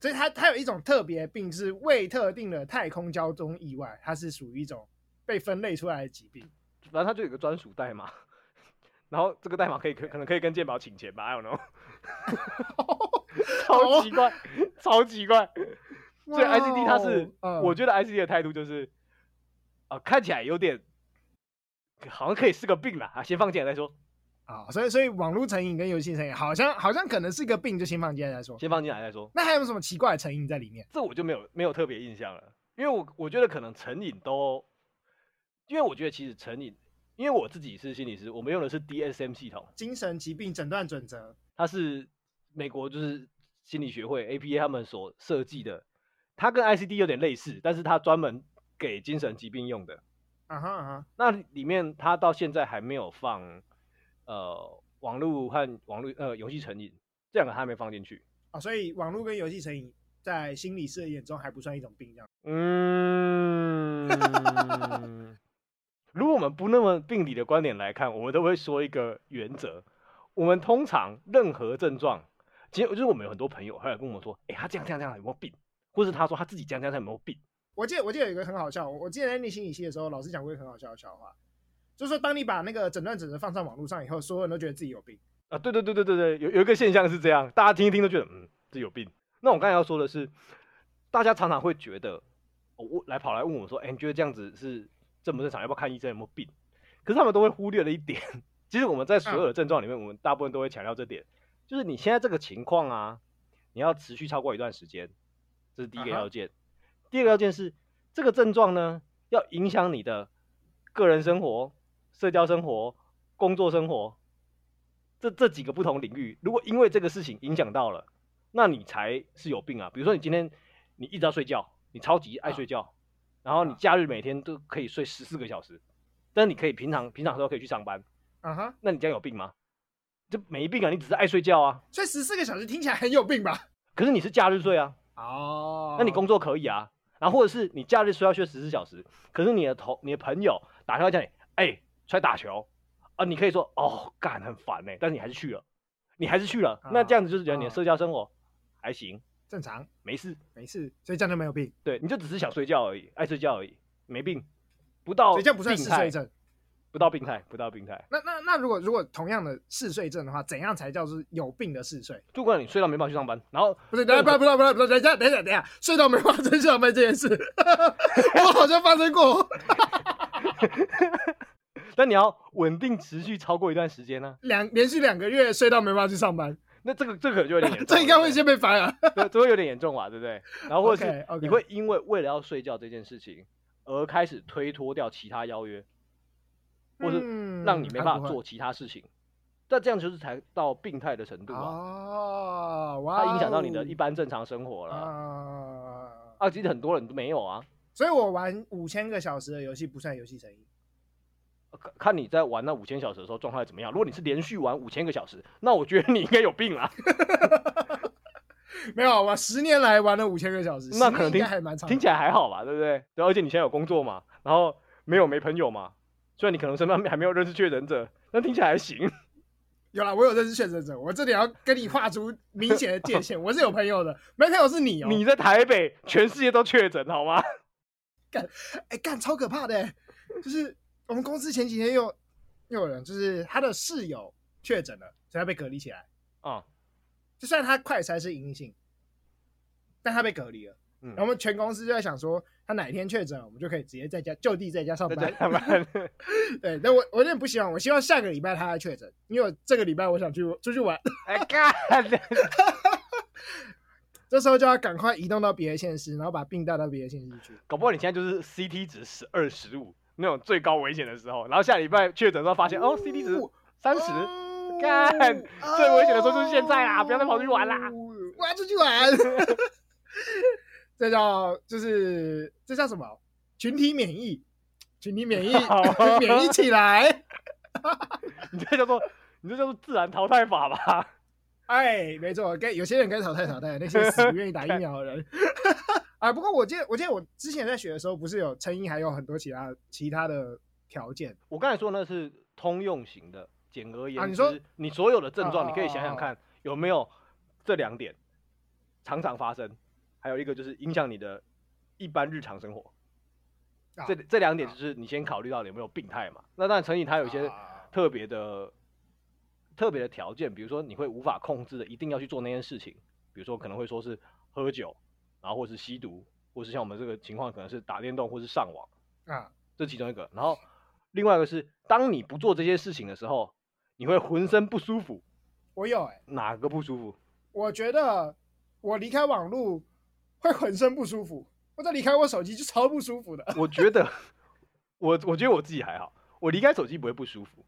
所以它它有一种特别病，是未特定的太空交通意外，它是属于一种被分类出来的疾病。
反正它就有个专属代码，然后这个代码可以可可能可以跟鉴宝请钱吧，I don't know，超 奇怪，超奇怪。所以 ICD 它是，
哇哦
我觉得 ICD 的态度就是，啊、看起来有点好像可以是个病啦，啊，先放进来再说，
啊、所以所以网络成瘾跟游戏成瘾，好像好像可能是一个病，就先放进来再说。
先放进来再说。
那还有什么奇怪的成瘾在里面？
这我就没有没有特别印象了，因为我我觉得可能成瘾都，因为我觉得其实成瘾，因为我自己是心理师，我们用的是 DSM 系统，
精神疾病诊断准则，
它是美国就是心理学会 APA 他们所设计的，它跟 ICD 有点类似，但是它专门给精神疾病用的。
啊哈啊哈，
那里面它到现在还没有放，呃，网络和网络呃游戏成瘾这两个它还没放进去。
啊，所以网络跟游戏成瘾在心理师的眼中还不算一种病，这样。
嗯， 如果我们不那么病理的观点来看，我们都会说一个原则：我们通常任何症状，其实就是我们有很多朋友，还有跟我们说，哎、他这样这样这样有没有病？或是他说他自己这样这样这样有没有病？
我记得我记得有一个很好笑，我我记得在念心理系的时候，老师讲过一个很好笑的笑话，就是说当你把那个诊断准则放上网络上以后，所有人都觉得自己有病。
啊，对对对对对对，有有一个现象是这样，大家听一听都觉得，嗯，这有病。那我刚才要说的是，大家常常会觉得，哦我来跑来问我说，哎，你觉得这样子是正不正常？要不要看医生？有没有病？可是他们都会忽略了一点， 其实我们在所有的症状里面，我们大部分都会强调这点，就是你现在这个情况啊，你要持续超过一段时间，这是第一个
啊哈
要件。第二个要件是，这个症状呢，要影响你的个人生活、社交生活、工作生活这这几个不同领域，如果因为这个事情影响到了，那你才是有病啊。比如说你今天你一直要睡觉，你超级爱睡觉，然后你假日每天都可以睡十四个小时，但是你可以平常平常的时候可以去上班，
啊哈，
那你这样有病吗？这没病啊，你只是爱睡觉啊。
所以十四个小时听起来很有病吧？
可是你是假日睡啊，
哦
那你工作可以啊。然后或者是你假日睡要睡十四小时，可是你的同你的朋友打电话叫你，哎、出来打球啊，你可以说哦，干很烦呢、但是你还是去了，你还是去了，那这样子就是觉得你的
啊
社交生活还行，
正常
没事，
没事，所以这样就没有病，
对，你就只是想睡觉而已，爱睡觉而已，没病，不到
所以这样不算
哦病
嗜
态
睡，症。
不到病态，不到病态。
那那那如果如果同样的嗜睡症的话，怎样才叫是有病的嗜睡？
就管你睡到没办法去上班，然后
不是，等一下不不不不，等一下等一下等一下，睡到没法真上班这件事， 我好像发生过
但你要稳定持续超过一段时间呢、
两连续两个月睡到没办法去上班，
那这个这个可能就有点严重 了，
这应该
对
会
不
先被罚啊。
对，对这会有点严重吧，对不对？然后或者是
OK，OK
你会因为为了要睡觉这件事情而开始推脱掉其他邀约，或者
嗯
让你没办
还不
法
会
做其他事情，那这样就是才到病态的程度啊，
哦，哇
它
哦，
影响到你的一般正常生活了
啊。
啊。其实很多人都没有啊，
所以我玩五千个小时的游戏不算游戏成瘾。
看看你在玩那五千小时的时候状态怎么样。如果你是连续玩五千个小时，那我觉得你应该有 病啦。
没有，我十年来玩了五千个小时，
那可能
10年应
听
该还蛮长的。
听起来还好吧，对不对？对，而且你现在有工作嘛，然后没有没朋友嘛，虽然你可能身边还没有认识确诊者，但听起来还行。
有啦，我有认识确诊者，我这里要跟你画出明显 的界限。我是有朋友的，没朋友是你哦。
你在台北，全世界都确诊好吗？
干，哎、干超可怕的、就是我们公司前几天又又有人，就是他的室友确诊了，所以他被隔离起来。哦
啊，
就算他快筛是阴性，但他被隔离了。
嗯
然后我们全公司就在想说，他哪一天确诊，我们就可以直接在家就地在家上
大
班。
家 上班，
对，但我我有点不希望，我希望下个礼拜他还确诊，因为我这个礼拜我想去出去玩，
哎干，
这时候就要赶快移动到别的县市，然后把病带到别的县市去。
搞不好你现在就是 CT 值十二十五那种最高危险的时候，然后下礼拜确诊之后发现哦 CT 值三十，
哦
干
哦
最危险的时候就是现在啦不要再跑出去玩啦
我要出去玩。 这叫就是这叫什么？群体免疫，群体免疫
好，
免疫起来。
你这叫做你这叫做自然淘汰法吧？
哎，没错，该有些人该淘汰淘汰，那些死不愿意打疫苗的人。 啊，不过我记得，我记得我之前在学的时候，不是有成因，还有很多其他其他的条件。
我刚才说那是通用型的，简而言之，
啊你说
你所有的症状，
哦
你可以想
哦
想
哦
看有没有这两点常常发生，还有一个就是影响你的一般日常生活。
啊
这这两点
啊
就是你先考虑到你有没有病态嘛？那当然，成瘾它有一些
啊
特别的、特别的条件，比如说你会无法控制的，一定要去做那件事情，比如说可能会说是喝酒，然后或是吸毒，或是像我们这个情况可能是打电动或是上网，
啊，
这其中一个。然后另外一个是，当你不做这些事情的时候，你会浑身不舒服。
我有哎、
哪个不舒服？
我觉得我离开网络会浑身不舒服，我再离开我手机就超不舒服的。
我觉得 我我觉得我自己还好，我离开手机不会不舒服。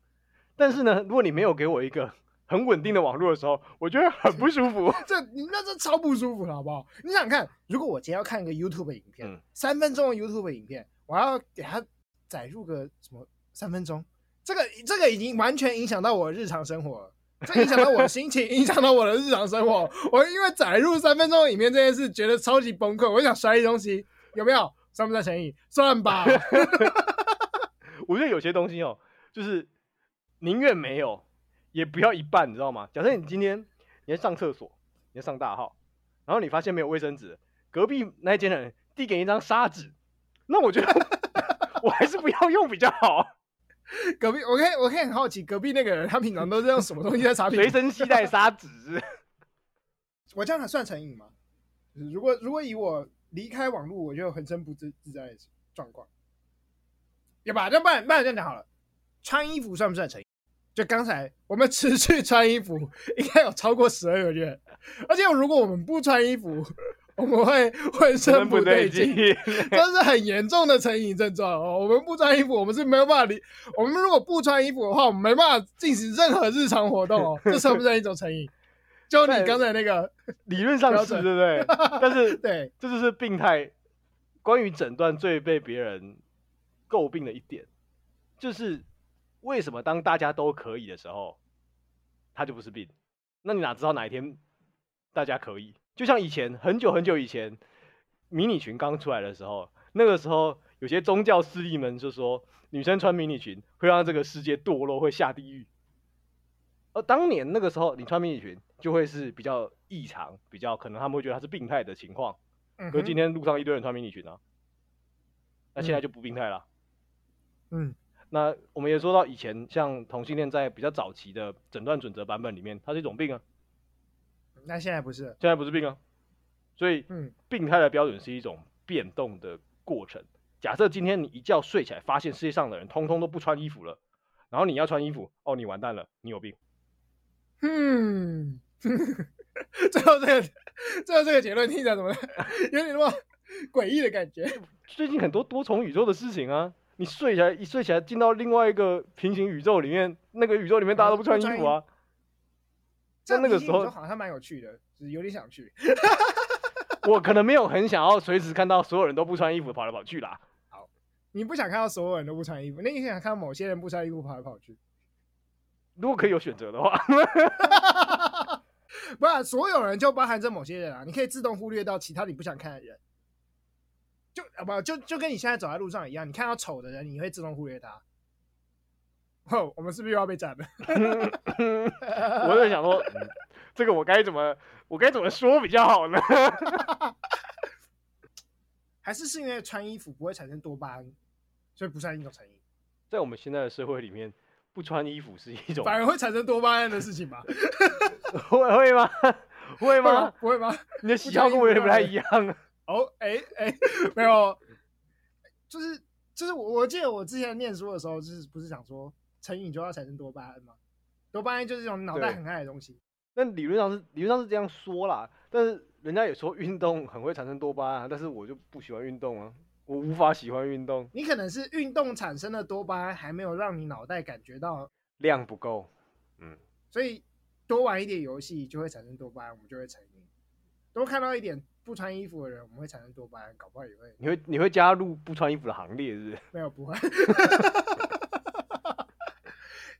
但是呢，如果你没有给我一个很稳定的网络的时候，我觉得很不舒服。
这你那这超不舒服的好不好？你想想看，如果我今天要看一个 YouTube 影片，
嗯
三分钟的 YouTube 影片，我要给它载入个什么三分钟，这个这个已经完全影响到我的日常生活了。这影响到我的心情，影响到我的日常生活。我因为载入三分钟的影片这件事，觉得超级崩溃。我想摔东西，有没有？算不算成瘾？算吧。
我觉得有些东西哦，就是宁愿没有，也不要一半，你知道吗？假设你今天你在上厕所，你在上大号，然后你发现没有卫生纸，隔壁那一间人递给你一张砂纸，那我觉得 我还是不要用比较 好，
隔壁，我可以，我可以很好奇，隔壁那个人他平常都是用什么东西在擦屁股
随？身携带砂纸。
我这样还算成瘾吗？就是如果如果以我离开网络，我就浑身不自自在的状况，要吧？那不然不然这样讲好了，穿衣服算不算成瘾？就刚才我们持续穿衣服，应该有超过十二个月，而且如果我们不穿衣服，我们会浑 身不对劲， 这是很严重的成瘾症状哦。我们不穿衣服，我们是没有办法离，我们如果不穿衣服的话，我们没办法进行任何日常活动 哦，这算不算一种成瘾？就你刚才那个。
理论上是对不对？但是
对，
这就是病态。关于诊断最被别人诟病的一点，就是为什么当大家都可以的时候，它就不是病？那你哪知道哪一天大家可以？就像以前很久很久以前，迷你裙刚出来的时候，那个时候有些宗教势力们就说，女生穿迷你裙会让这个世界堕落，会下地狱。而当年那个时候，你穿迷你裙就会是比较异常，比较可能他们会觉得它是病态的情况。
嗯
可是
哼
今天路上一堆人穿迷你裙啊，那现在
嗯
就不病态了。
嗯
那我们也说到以前，像同性恋在比较早期的诊断准则版本里面，它是一种病啊，
那现在不是，
现在不是病啊。所以
嗯
病态的标准是一种变动的过程。假设今天你一觉睡起来，发现世界上的人通通都不穿衣服了，然后你要穿衣服，哦，你完蛋了，你有病。
嗯， 最后这个最后这个结论听起来怎么 有点什么诡异的 感觉？
最近很多多重宇宙的事情啊，你睡起来一睡起来进到另外一个平行宇宙里面，那个宇宙里面大家都不穿衣服啊。
在
那个时候
好像蛮有趣的，就是有点想去。
我可能没有很想要随时看到所有人都不穿衣服跑来跑去啦。
你不想看到所有人都不穿衣服，那你想看到某些人不穿衣服跑来跑去？
如果可以有选择的 话，
不然所有人就包含着某些人啊，你可以自动忽略到其他你不想看的人。就啊不就就跟你现在走在路上一样，你看到丑的人，你会自动忽略他。哦，我们是不是又要被斩了？
我在想说，嗯这个我该怎么我该怎么说比较好呢？
还是是因为穿衣服不会产生多巴胺，所以不算一种成瘾，
在我们现在的社会里面，不穿衣服是一种
反而会产生多巴胺的事情吧？
会会吗？ 会吗？
不会吗？
你的喜好跟我有点不太一样啊。
哦，哎哎， 没有，就是就是我我记得我之前念书的时候，就是不是讲说成瘾就要产生多巴胺吗？多巴胺就是一种脑袋
对
很爱的东西。
那理论上是理论上是这样说啦，但是人家也说运动很会产生多巴胺啊，但是我就不喜欢运动啊，我无法喜欢运动，
你可能是运动产生的多巴胺还没有让你脑袋感觉到，
量不够。
所以多玩一点游戏就会产生多巴胺，我们就会成瘾。多看到一点不穿衣服的人，我们会产生多巴胺，搞不好也会
你会你会加入不穿衣服的行列是不是？
没有不会。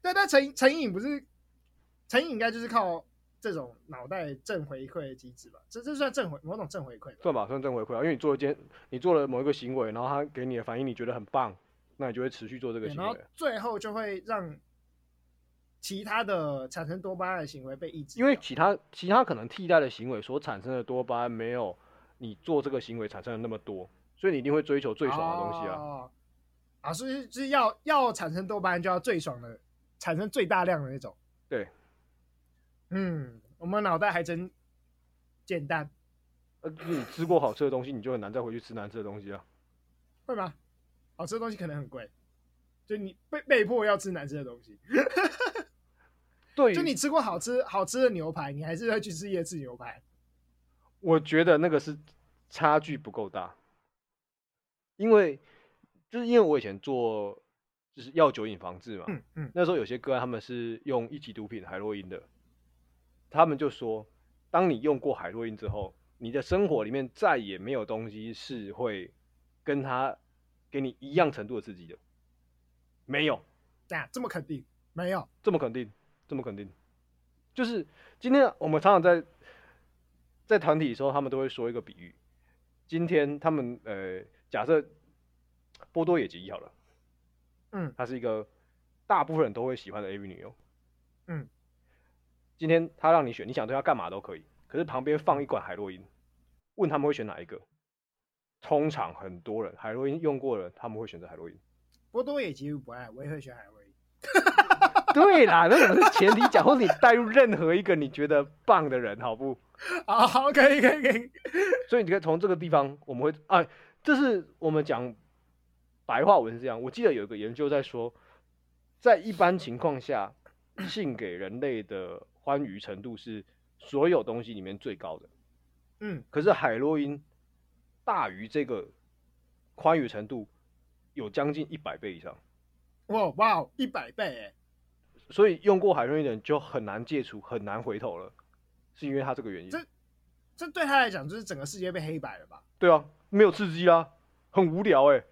对，但成成瘾不是成瘾，应该就是靠这种脑袋正回馈的机制吧？这这算正回某种正回馈吧？
算吧，算正回馈啊，因为你做一件你做了某一个行为，然后他给你的反应你觉得很棒，那你就会持续做这个
对，
行
然后
为。
最后就会让其他的产生多巴胺的行为被抑制
因
掉，
为其他其他可能替代的行为所产生的多巴胺没有你做这个行为产生的那么多，所以你一定会追求最爽的东西啊。
哦、啊，所以就是要要产生多巴胺，就要最爽的，产生最大量的那种。
对，
嗯，我们脑袋还真简单，
呃，就是你吃过好吃的东西，你就很难再回去吃难吃的东西啊。
会吗？好吃的东西可能很贵，就你被被迫要吃难吃的东西。
对于，
就你吃过好吃好吃的牛排，你还是会去吃夜市牛排。
我觉得那个是差距不够大，因为就是因为我以前做就是药酒瘾防治嘛，
嗯嗯，
那时候有些个案他们是用一级毒品海洛因的，他们就说，当你用过海洛因之后，你的生活里面再也没有东西是会跟它给你一样程度的刺激的，没有，
这样这么肯定没有？
这么肯定，这么肯定，就是今天我们常常在在团体的时候，他们都会说一个比喻，今天他们呃假设波多野结衣好了。
嗯
她是一个大部分人都会喜欢的 AV 女优。
嗯，
今天她让你选，你想对她干嘛都可以，可是旁边放一管海洛因，问他们会选哪一个？通常很多人海洛因用过的人，他们会选择海洛因。
波多野结衣不爱，我也会选海威。
对啦，那种是前提讲，或者你带入任何一个你觉得棒的人，好不？
好好，可啊以可以可以。
所以你可以从这个地方，我们会啊，这是我们讲白话文是这样。我记得有一个研究在说，在一般情况下，性给人类的欢愉程度是所有东西里面最高的。
嗯，
可是海洛因大于这个欢愉程度有将近一百倍以上，
哇哇，一百倍哎、
所以用过海洛因的人就很难戒除，很难回头了，是因为他这个原因
这。这对他来讲就是整个世界被黑白了吧？
对啊，没有刺激啦，很无聊哎、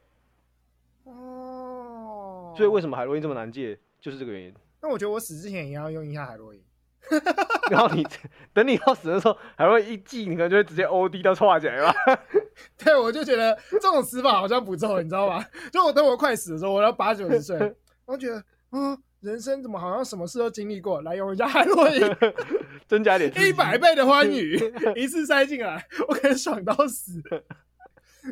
哦
所以为什么海洛因这么难戒，就是这个原因。
那我觉得我死之前也要用一下海洛因。
然后你 等你要死的时候，还会一记，你可能就会直接 O D 到岔起来吧。
对，我就觉得这种死法好像不错，你知道吗？ 就我等我快死的时候，我要八九十岁，我就觉得，嗯，人生怎么好像什么事都经历过？来用一下海洛 因，
增加一点刺激
一百倍的欢愉，一次塞进来，我可能爽到死。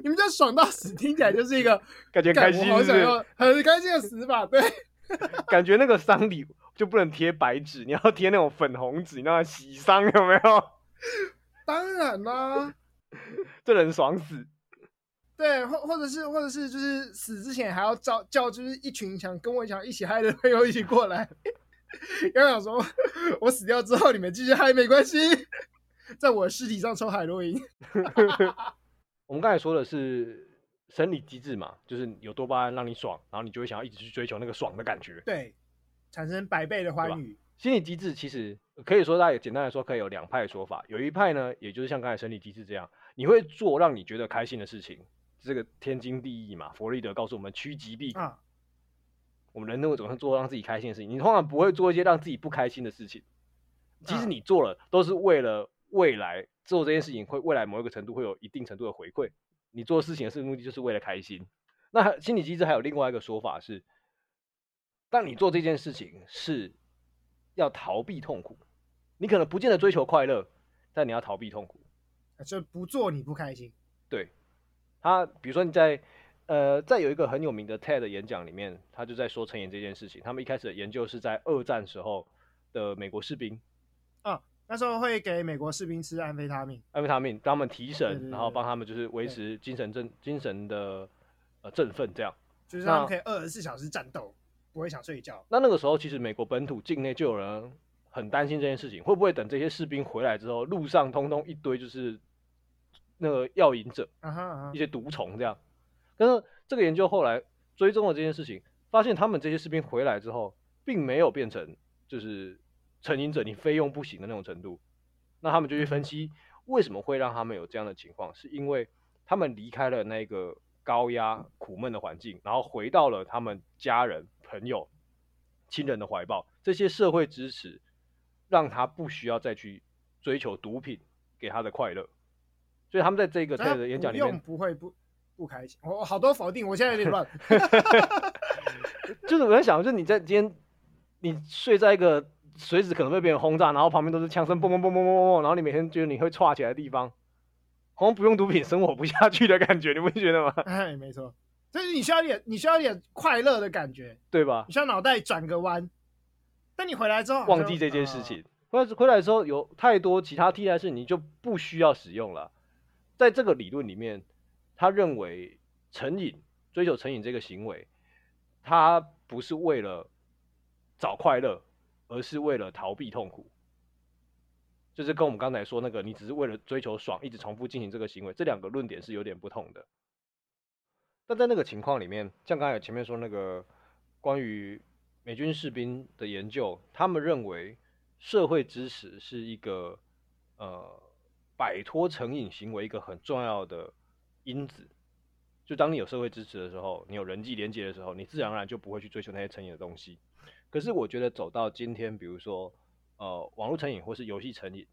你们这爽到死，听起来就是一个
感觉很开心
干我好
是
想
不是？
要很开心的死法，对。
感觉那个丧礼就不能贴白纸，你要贴那种粉红纸，你让它喜丧有没有？
当然啦、
这人爽死！
对，或或者是或者是就是死之前还要叫叫，就是一群想跟我想一起嗨的朋友一起过来， 要想说我死掉之后你们继续嗨没关系， 在我的尸体上抽海洛因。
我们刚才说的是生理机制嘛，就是有多巴胺让你爽，然后你就会想要一直去追求那个爽的感觉。
对，产生百倍的欢愉。
心理机制其实可以说，大家也简单来说，可以有两派说法。有一派呢，也就是像刚才生理机制这样，你会做让你觉得开心的事情，这个天经地义嘛。弗洛伊德告诉我们趋吉避
啊，
我们人都会总是做让自己开心的事情，你通常不会做一些让自己不开心的事情。即使
嗯
你做了，都是为了未来做这件事情会未来某一个程度会有一定程度的回馈。你做事情的是目的就是为了开心。那还心理机制还有另外一个说法是，当你做这件事情是要逃避痛苦，你可能不见得追
啊
求快乐，但你要逃避痛苦。
就不做你不开心。
对，他比如说你在呃，在有一个很有名的 TED 演讲里面，他就在说成瘾这件事情。他们一开始的研究是在二战时候的美国士兵
那时候会给美国士兵吃安非他命，
安呃非他命，让他们提神，
对对
然后
对
帮他们就是维持精神振精神的呃振奋这样。
就是让他们可以二十四小时战斗，不会想睡觉。
那那个时候，其实美国本土境内就有人很担心这件事情，会不会等这些士兵回来之后，路上通通一堆就是那个药瘾者、
啊哈啊哈
一，些毒虫这样？但是这个研究后来追踪了这件事情，发现他们这些士兵回来之后，并没有变成就是成瘾者，你非用不行的那种程度。那他们就去分
嗯
析为什么会让他们有这样的情况，是因为他们离开了那个高压、苦闷的环境，然后回到了他们家人、朋友、亲人的怀抱，这些社会支持让他不需要再去追求毒品给他的快乐。所以他们在这个
他
在演讲里
用
面，
不会不不开心，我我好多否定，我现在有点 乱。
就是我在想，就是你在今天你睡在一个随时可能被别人轰炸，然后旁边都是枪声，嘣嘣嘣嘣嘣嘣，然后你每天觉得你会岔起来的地方，好像不用毒品生活不下去的感觉，你不觉得吗？
哎，没错，就是你需要一点，你需要一点快乐的感觉，
对吧
你？需要脑袋转个弯。但你回来之后好像呃
忘记这件事情，，或者回来之后有太多其他替代性，你就不需要使用了。在这个理论里面，他认为成瘾、追求成瘾这个行为，他不是为了找快乐，而是为了逃避痛苦。就是跟我们刚才说那个，你只是为了追求爽，一直重复进行这个行为，这两个论点是有点不同的。但在那个情况里面，像刚才前面说那个关于美军士兵的研究，他们认为社会支持是一个呃摆脱成瘾行为一个很重要的因子。就当你有社会支持的时候，你有人际连接的时候，你自然而然就不会去追求那些成瘾的东西。可是我觉得走到今天，比如说呃网络成瘾或是游戏成瘾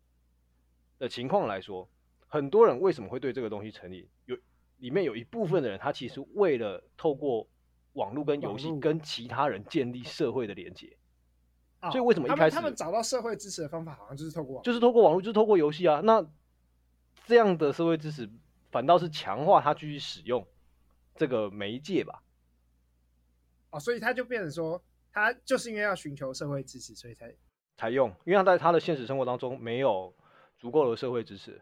的情况来说，很多人为什么会对这个东西成瘾？有里面有一部分的人，他其实为了透过网络跟游戏
网络
跟其他人建立社会的连接，
啊
所以为什么一
他
开
们
始
他们找到社会支持的方法，好像就是透过网
就是透过网络，就是透过游戏啊。那这样的社会支持反倒是强化他继续使用这个媒介吧？
哦，所以他就变成说，他就是因为要寻求社会支持，所以才
才用，因为他在他的现实生活当中没有足够的社会支持，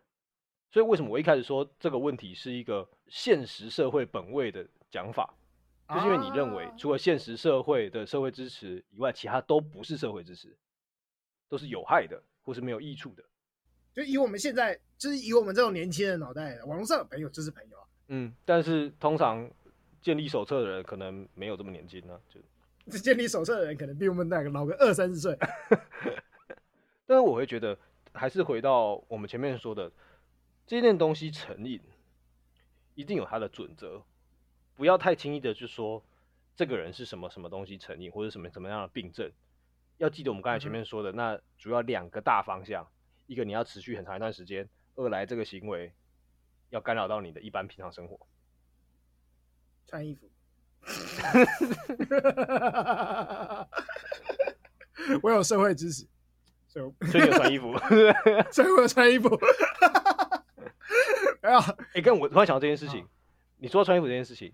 所以为什么我一开始说这个问题是一个现实社会本位的讲法，就是因为你认为
啊
除了现实社会的社会支持以外，其他都不是社会支持，都是有害的或是没有益处的。
就以我们现在，就是以我们这种年轻人的脑袋，网络上的朋友就是朋友啊，
嗯，但是通常建立手册的人可能没有这么年轻呢、就
这啊 建立手册的人可能比我们那个老个二三十岁。
但是我会觉得，还是回到我们前面说的，这件东西成瘾，一定有它的准则，不要太轻易的去说这个人是什么什么东西成瘾，或者什么什么样的病症。要记得我们刚才前面说的，那主要两个大方向，一个你要持续很长一段时间，二来这个行为要干扰到你的一般平常生活。
穿衣服。 我有社会知识，所以我
所以你有穿衣服，哎
所以我有穿衣服。 没有，、
跟我突然想到这件
嗯
事情，你说到穿衣服这件事情，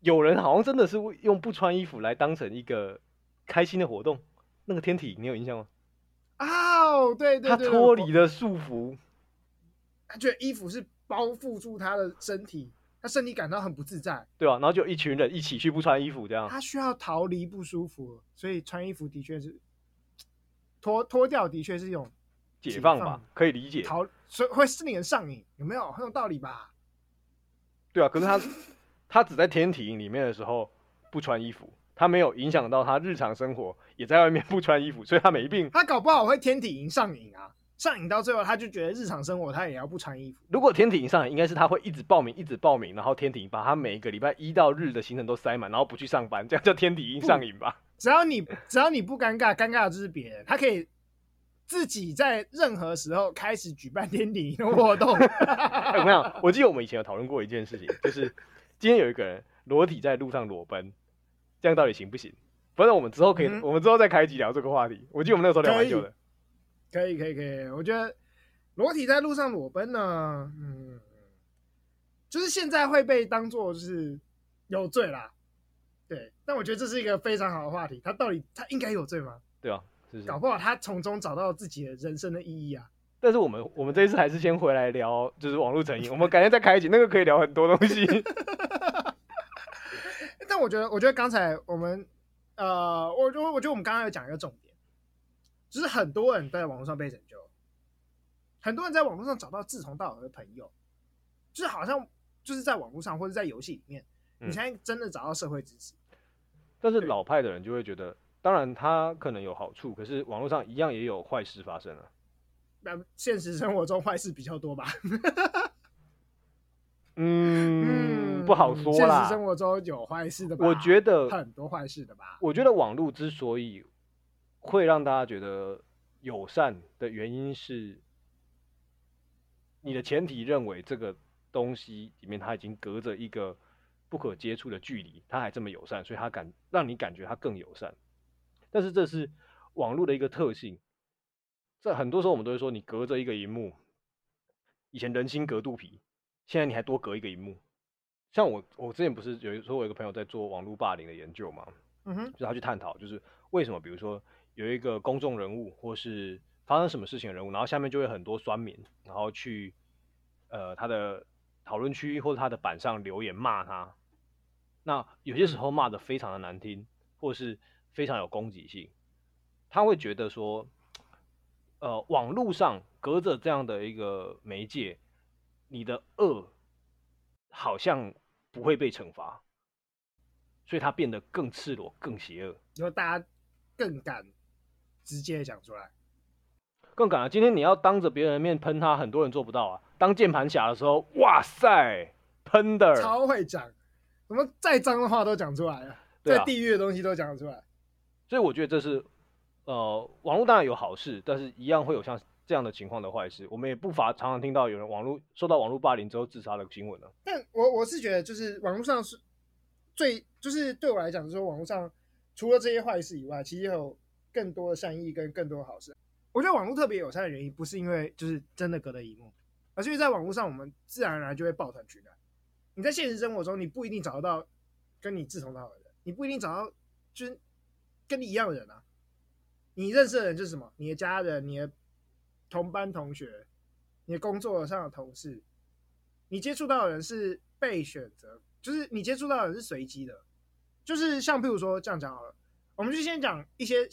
有人好像真的是会用不穿衣服来当成一个开心的活动。那个天体，你有印象吗？
啊、哦，对对
他
对对，
脱
我
离了束缚，
他觉得衣服是包覆住他的身体，他身体感到很不自在，
对吧、然后就一群人一起去不穿衣服这样。
他需要逃离不舒服，所以穿衣服的确是脱脱掉，的确是一种
解
解
放
放
吧，可以理解。
逃，所以会是令人上瘾，有没有很有道理吧？
对啊，可是他他只在天体营里面的时候不穿衣服，他没有影响到他日常生活，也在外面不穿衣服，所以他没病。
他搞不好会天体营上瘾啊，上瘾到最后他就觉得日常生活他也要不穿衣服，
如果天体营上来，应该是他会一直报名，一直报名，然后天体营把他每一个礼拜一到日的行程都塞满，然后不去上班，这样叫天体营上瘾吧？
只要你只要你不尴尬，尴尬的就是别人，他可以自己在任何时候开始举办天体营的活动，
哎、我跟你讲，我记得我们以前有讨论过一件事情，就是今天有一个人裸体在路上裸奔，这样到底行不行？反正我们之后可以，
嗯
我们之后再开一集聊这个话题。我记得我们那时候聊蛮久的，
可以可以可以，我觉得裸体在路上裸奔呢，嗯，就是现在会被当做就是有罪啦。对，但我觉得这是一个非常好的话题。他到底他应该有罪吗？
对啊，是不是
搞？不好他从中找到自己的人生的意义啊。
但是我们我们这一次还是先回来聊，就是网络成瘾。我们改天再开一集，那个可以聊很多东西。
但我觉得，我觉得刚才我们，呃，我我我觉得我们刚刚有讲一个重点，就是很多人在网络上被拯救，很多人在网络上找到志同道合的朋友，就是好像就是在网络上或者在游戏里面，
嗯
你才真的找到社会支持。
但是
对
老派的人就会觉得，当然他可能有好处，可是网络上一样也有坏事发生啊了。
那、现实生活中坏事比较多吧？
嗯，不好说
现
啦
实。生活中有坏事的吧？
我觉得，
很多坏事的吧？
我觉得网络之所以会让大家觉得友善的原因是，你的前提认为这个东西里面它已经隔着一个不可接触的距离，它还这么友善，所以它感让你感觉它更友善。但是这是网络的一个特性，在很多时候我们都会说，你隔着一个荧幕，以前人心隔肚皮，现在你还多隔一个荧幕。像我，我之前不是有一说，我有一个朋友在做网络霸凌的研究嘛，
嗯哼，
就是他去探讨，就是为什么，比如说有一个公众人物，或是发生什么事情的人物，然后下面就会很多酸民，然后去呃他的讨论区或者他的板上留言骂他。那有些时候骂的非常的难听，或是非常有攻击性，他会觉得说，呃，网络上隔着这样的一个媒介，你的恶好像不会被惩罚，所以他变得更赤裸、更邪恶。
以后大家更敢直接地讲出来。
更敢了。啊今天你要当着别人的面喷他，很多人做不到啊。当键盘侠的时候，哇塞，喷的，
超会讲，怎么再脏的话都讲出来了，
对啊
再地狱的东西都讲得出来。
所以我觉得这是呃，网络当然有好事，但是一样会有像这样的情况的坏事。我们也不乏常常听到有人网络受到网络霸凌之后自杀的新闻了、啊
但我我是觉得，就是网络上是最，就是对我来讲，就是说网络上除了这些坏事以外，其实也有更多的善意跟更多的好事。我觉得网络特别友善的原因，不是因为就是真的隔了一幕，而是因为在网络上，我们自然而然就会抱团取暖。你在现实生活中，你不一定找得到跟你志同道合的人，你不一定找到就是跟你一样的人啊。你认识的人就是什么？你的家人、你的同班同学、你的工作上的同事，你接触到的人是被选择，就是你接触到的人是随机的。就是像譬如说这样讲好了，我们就先讲一些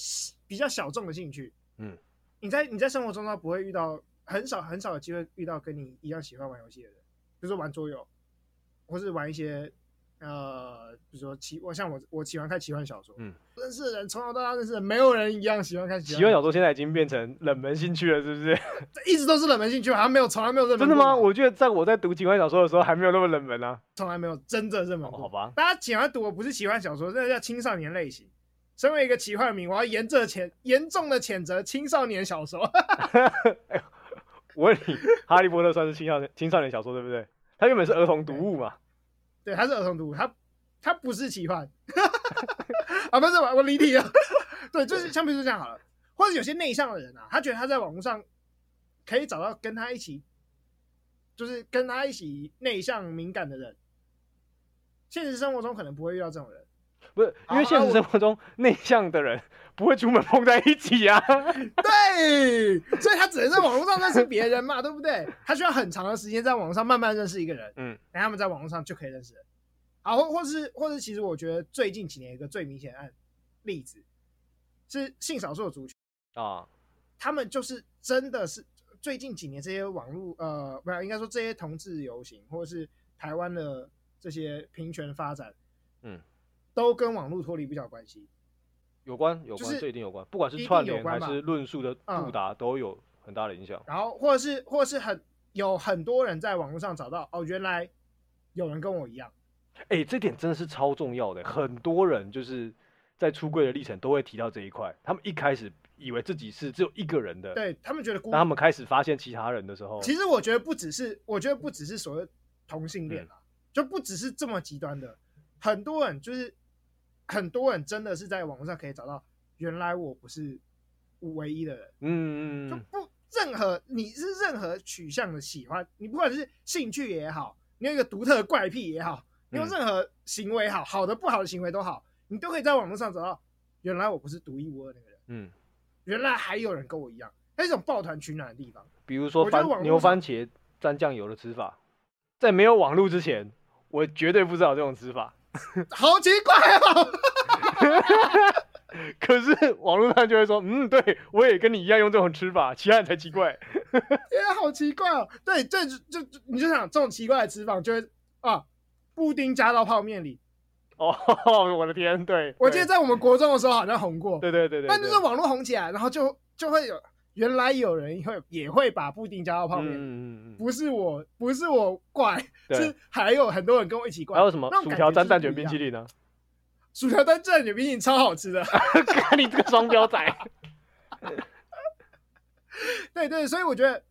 比较小众的兴趣。
嗯，
你在你在生活中呢不会遇到很少很少有机会遇到跟你一样喜欢玩游戏的人，比如说玩桌游，或是玩一些呃，比如说奇我像我我喜欢看奇幻小说，
嗯，
认识的人从小到大认识的人，没有人一样喜欢看
喜
奇
欢
幻
小说现在已经变成冷门兴趣了，是不是？
这一直都是冷门兴趣，好像没有从来没有热门
真的
过
吗？我觉得在我在读奇幻小说的时候还没有那么冷门啊。
从来没有真正热门
哦，
过。
好吧，
大家喜欢读的不是奇幻小说，这叫青少年类型。身为一个奇幻迷，我要严正谴严重的谴责青少年小说。
我问你，《哈利波特》算是青少年青少年小说对不对？它原本是儿童读物嘛。
对，它是儿童读物，它它不是奇幻。 啊，不是我我离题了。对，就是像比如说这样好了，或者有些内向的人啊，他觉得他在网络上可以找到跟他一起，就是跟他一起内向敏感的人。现实生活中可能不会遇到这种人，
不是，因为
好
现
啊
实
我
生活中内向的人不会出门碰在一起啊。
对，所以他只能在网络上认识别人嘛，对不对？他需要很长的时间在网络上慢慢认识一个人，
嗯，
然后他们在网络上就可以认识人。啊，或或是或是，其实我觉得最近几年有一个最明显的案例子是性少数的族群，
啊，
他们就是真的是最近几年这些网络呃，不是应该说这些同志游行，或者是台湾的这些平权发展，
嗯，
都跟网络脱离不了关系。
有关有
就
关，
是
这一定有关，不
一
管是
定
串
有
联还
关嘛
是论述的
嗯
布达，都有很大的影响。
然后或者是或者是很有很多人在网络上找到哦，原来有人跟我一样，
哎、这点真的是超重要的，欸很多人就是在出柜的历程都会提到这一块。他们一开始以为自己是只有一个人的，，
对他们觉得孤
当他们开始发现其他人的时候，
其实我觉得不只是，我觉得不只是所谓同性恋啦，就不只是这么极端的，很多人就是很多人真的是在网络上可以找到，原来我不是唯一的人，
嗯嗯
就
嗯，
不任何你是任何取向的喜欢，你不管是兴趣也好，你有一个独特的怪癖也好，你有
嗯
任何行为好，好的不好的行为都好，你都可以在网络上找到，原来我不是独一无二的那个人，
嗯，
原来还有人跟我一样，那是一种抱团取暖的地方。
比如说
我觉得网
番
络
牛
上
番茄蘸酱油的吃法，在没有网络之前，我绝对不知道这种吃法。
好奇怪哦！
可是网络上就会说，嗯，对我也跟你一样用这种吃法，其他人才奇怪。
天啊，好奇怪哦！对，这就就就你就想这种奇怪的吃法，就会啊，布丁加到泡面里。
哦， 我的天，对，
我
对
记得在我们国中的时候好像红过，
对对对对，
但就是
对
网络红起来，然后就就会有原来有人会也会把布丁加到泡
嗯
面，
嗯嗯嗯，
不是我不是我 怪，
对
是还有很多人跟我一起怪。
还有什么
那种
薯
感
条
觉
沾蛋
就是
卷
不一
冰
样
淇淋呢？
薯条沾蛋卷冰淇淋超好吃的。
看你这个双标仔，
对对，所以我觉得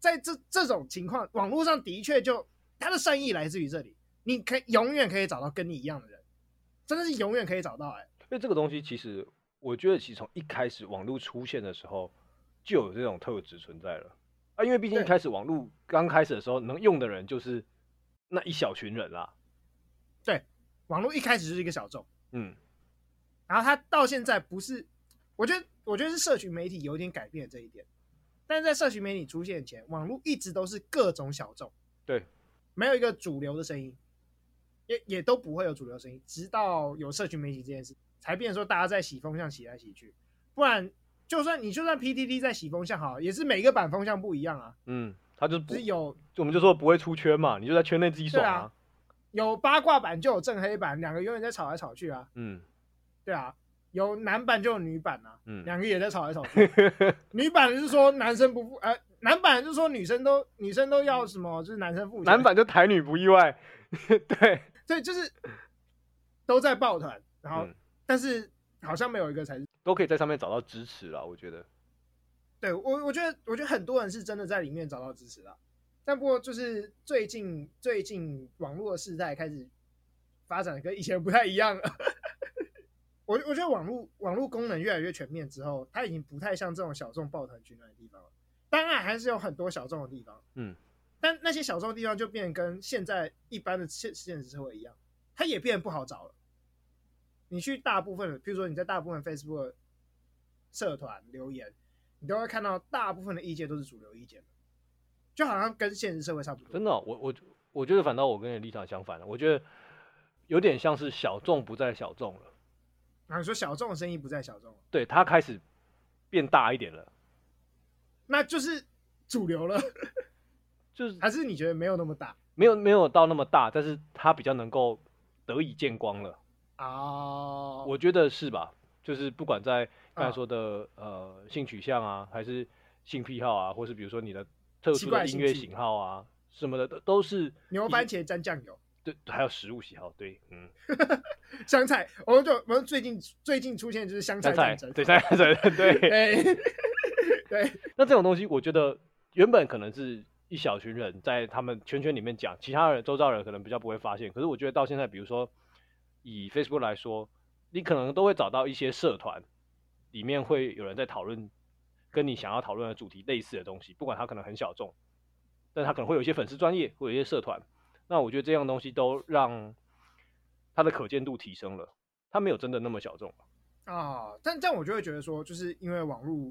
在这这种情况，网络上的确就他的善意来自于这里，你可以永远可以找到跟你一样的人，真的是永远可以找到哎、
因为这个东西其实，我觉得其实从一开始网络出现的时候就有这种特质存在了啊，因为毕竟一
对
开始网络刚开始的时候能用的人就是那一小群人啦，
网络一开始就是一个小众，
嗯，
然后他到现在不是，我觉得我觉得是社群媒体有点改变这一点，但是在社群媒体出现前，网络一直都是各种小众，
对，
没有一个主流的声音，也也都不会有主流声音，直到有社群媒体这件事，才变成说大家在洗风向洗来洗去，不然就算你就算 PTT 在洗风向好了，也是每个版风向不一样啊，
嗯，他就不
只是，有
我们就说不会出圈嘛，你就在圈内自己
对
爽
啊，有八卦版就有正黑版，两个永远在吵来吵去啊，
嗯
对啊，有男版就有女版啊，
嗯，
两个也在吵来吵 去。女版是说男生不付，呃，男版就是说女生都女生都要什么，就是男生付钱。
男版就台女不意外，对，
对，就是都在抱团，然后、
嗯
但是好像没有一个才是
都可以在上面找到支持啦，我觉得，
对我，我觉得我觉得很多人是真的在里面找到支持的，但不过就是最近最近网络的时代开始发展得跟以前不太一样了。我我觉得网络网络功能越来越全面之后，它已经不太像这种小众抱团取暖的地方了。当然还是有很多小众的地方，
嗯，
但那些小众的地方就变得跟现在一般的现现实社会一样，它也变得不好找了。你去大部分的，譬如说你在大部分 Facebook 的社团留言，你都会看到大部分的意见都是主流意见，就好像跟现实社会差不多。
真的哦、我我我觉得反倒我跟你的立场相反了，我觉得有点像是小众不再小众了。
然后你说小众的声音不在小众了，
对它开始变大一点了，
那就是主流了，
就是
还是你觉得没有那么大
没有没有到那么大，但是它比较能够得以见光了，
哦？
我觉得是吧？就是不管在刚才
嗯
说的、呃性取向啊，还是性癖好啊，或是比如说你的特
奇
殊
怪
的
的
音
兴
乐
趣
型号啊什么的，都都是
牛番茄沾酱油，
对，还有食物喜好，对，嗯，
香菜，我们就我们最近最近出现的就是香菜
香
战
菜
争，
对，香菜战争对，
对对，
那这种东西，我觉得原本可能是一小群人在他们圈圈里面讲，其他人周遭人可能比较不会发现。可是我觉得到现在，比如说以 Facebook 来说，你可能都会找到一些社团里面会有人在讨论跟你想要讨论的主题类似的东西，不管它可能很小众，但它可能会有一些粉丝专业，会有一些社团。那我觉得这样东西都让它的可见度提升了，它没有真的那么小众。
啊、但但我就会觉得说，就是因为网络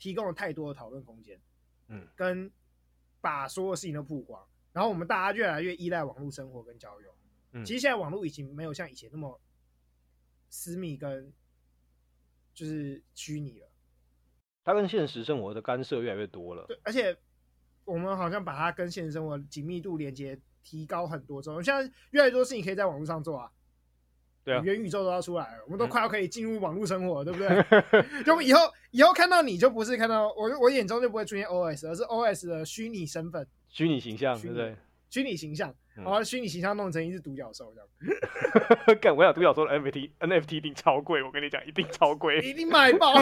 提供了太多的讨论空间，
嗯，
跟把所有事情都曝光，然后我们大家越来越依赖网络生活跟交友。
嗯
其实现在网络已经没有像以前那么私密跟就是虚拟了，
它跟现实生活的干涉越来越多了。
对，而且我们好像把它跟现实生活紧密度连接提高很多之后，现在越来越多事情可以在网络上做啊。
对啊嗯
元宇宙都要出来了，我们都快要可以进入网络生活了，对不对？ 就以后以后看到你就不是看到我，我眼中就不会出现 OS，而是 OS 的虚拟身份、
虚拟形象，
虚
对不
拟
对？
虚拟形象，然
嗯
后虚拟形象弄成一只独角兽这 样，
干，我想独角兽的 NFT NFT 一定超贵，我跟你讲，一定超贵。
一定卖爆！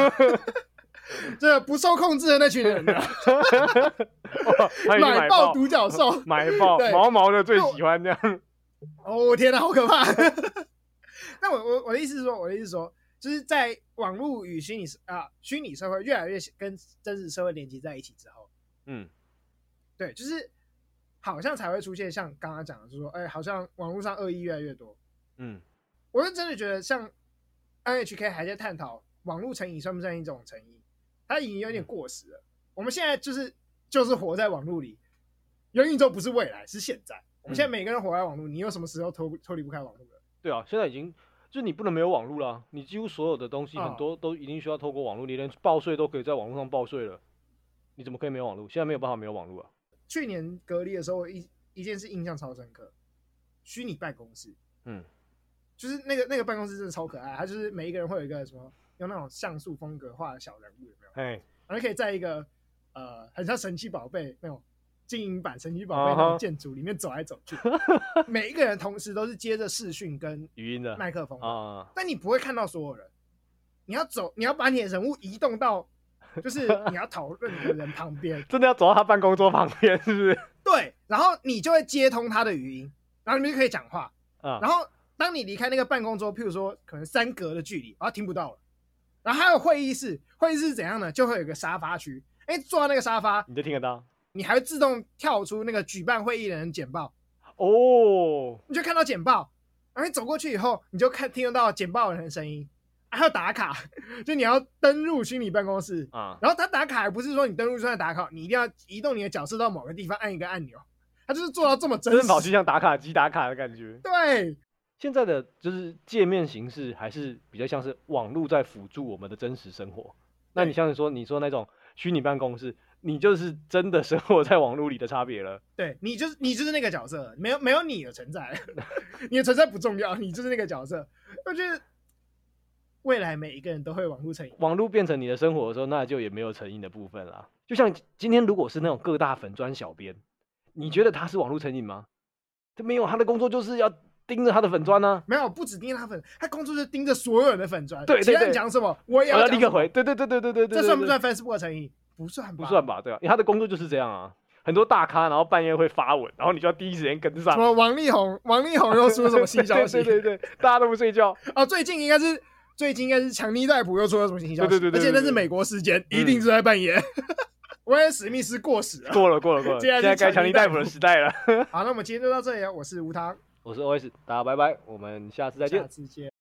这不受控制的那群人啊，
哇他已经
买
买
爆
爆，！
独角兽
买爆，
对
毛毛的最
那我
喜欢这样。
哦，天哪，好可怕！ 那我我我的意思是说，我的意思是说，就是在网络与虚拟社啊虚拟社会越来越跟真实社会连接在一起之后，
嗯，
对，就是好像才会出现像刚刚讲的，就是说，哎、好像网络上恶意越来越多。
嗯，
我是真的觉得，像 NHK 还在探讨网络成瘾算不算一种成瘾，它已经有点过时了。我们现在就是就是活在网络里，元宇宙不是未来，是现在。我们现在每个人活在网络，你有什么时候脱脱离不开网络的？
对啊，现在已经就是你不能没有网络啦，你几乎所有的东西
啊
很多都一定需要透过网络，你连报税都可以在网络上报税了，你怎么可以没有网络？现在没有办法没有网络啊。
去年隔离的时候，我一一件事印象超深刻，虚拟办公室，
嗯，
就是那个那个办公室真的超可爱，它就是每一个人会有一个什么用那种像素风格画的小人物，有没有？
哎，
然后可以在一个呃很像神奇宝贝那种经营版神奇宝贝那
啊
种
哈
建筑里面走来走 去，每一个人同时都是接着视讯跟
语音的
麦克风的，
啊，
但你不会看到所有人，你要走，你要把你的人物移动到，就是你要讨论的人旁边，
真的要走到他办公桌旁边，是不是？
对，然后你就会接通他的语音，然后你们就可以讲话，
啊，
然后当你离开那个办公桌，譬如说可能三格的距离，然后听不到了。然后还有会议室，会议室是怎样呢？就会有一个沙发区，哎，坐到那个沙发，
你就听得到
你还会自动跳出那个举办会议的人简报，
哦，
你就看到简报，然后你走过去以后，你就看听得到简报的人的声音，还有打卡，就你要登入虚拟办公室，
啊，
然后他打卡还不是说你登入就算打卡，你一定要移动你的角色到某个地方按一个按钮，他就是做到这么真
真
实
的，跑去像打卡机打卡的感觉。
对
现在的就是界面形式还是比较像是网络在辅助我们的真实生活。那你像你说你说那种虚拟办公室，你就是真的生活在网络里的差别了。
对，你就是你就是那个角色，没有没有你的存 在，你的存在不重要，你就是那个角色，我觉得未来每一个人都会网络成瘾，
网络变成你的生活的时候，那就也没有成瘾的部分啦。就像今天如果是那种各大粉砖小编，你觉得他是网络成瘾吗？他没有，他的工作就是要盯着他的粉砖啊呢、
没有，不止盯着他粉，他工作就是盯着所有人的粉砖。
对对
其他人
对
讲什么，我也
我要
讲
立
什
刻
么。
回。对对对对对对对，
这算不
对
算 Facebook 的成瘾？不算，
不算。吧？对啊，因为他的工作就是这样啊。很多大咖，然后半夜会发文，然后你就要第一时间跟上
什。么王力宏，王力宏又出了什么新消息？
对对对对，大家都不睡觉。
哦，最近应该是最近应该是强尼戴普又出了什么新消息？
对对对对
而且
对
那是美国时间，
嗯
一定是在半夜。 威尔史密斯过时了。
过了过了过了，
现在
现
是
在该
强
强
尼
尼
戴
戴
普
普的时代了。
好，那我们今天就到这里了。我是吴糖，
我是 OS，大家拜拜，我们下次再
下
见。
次见。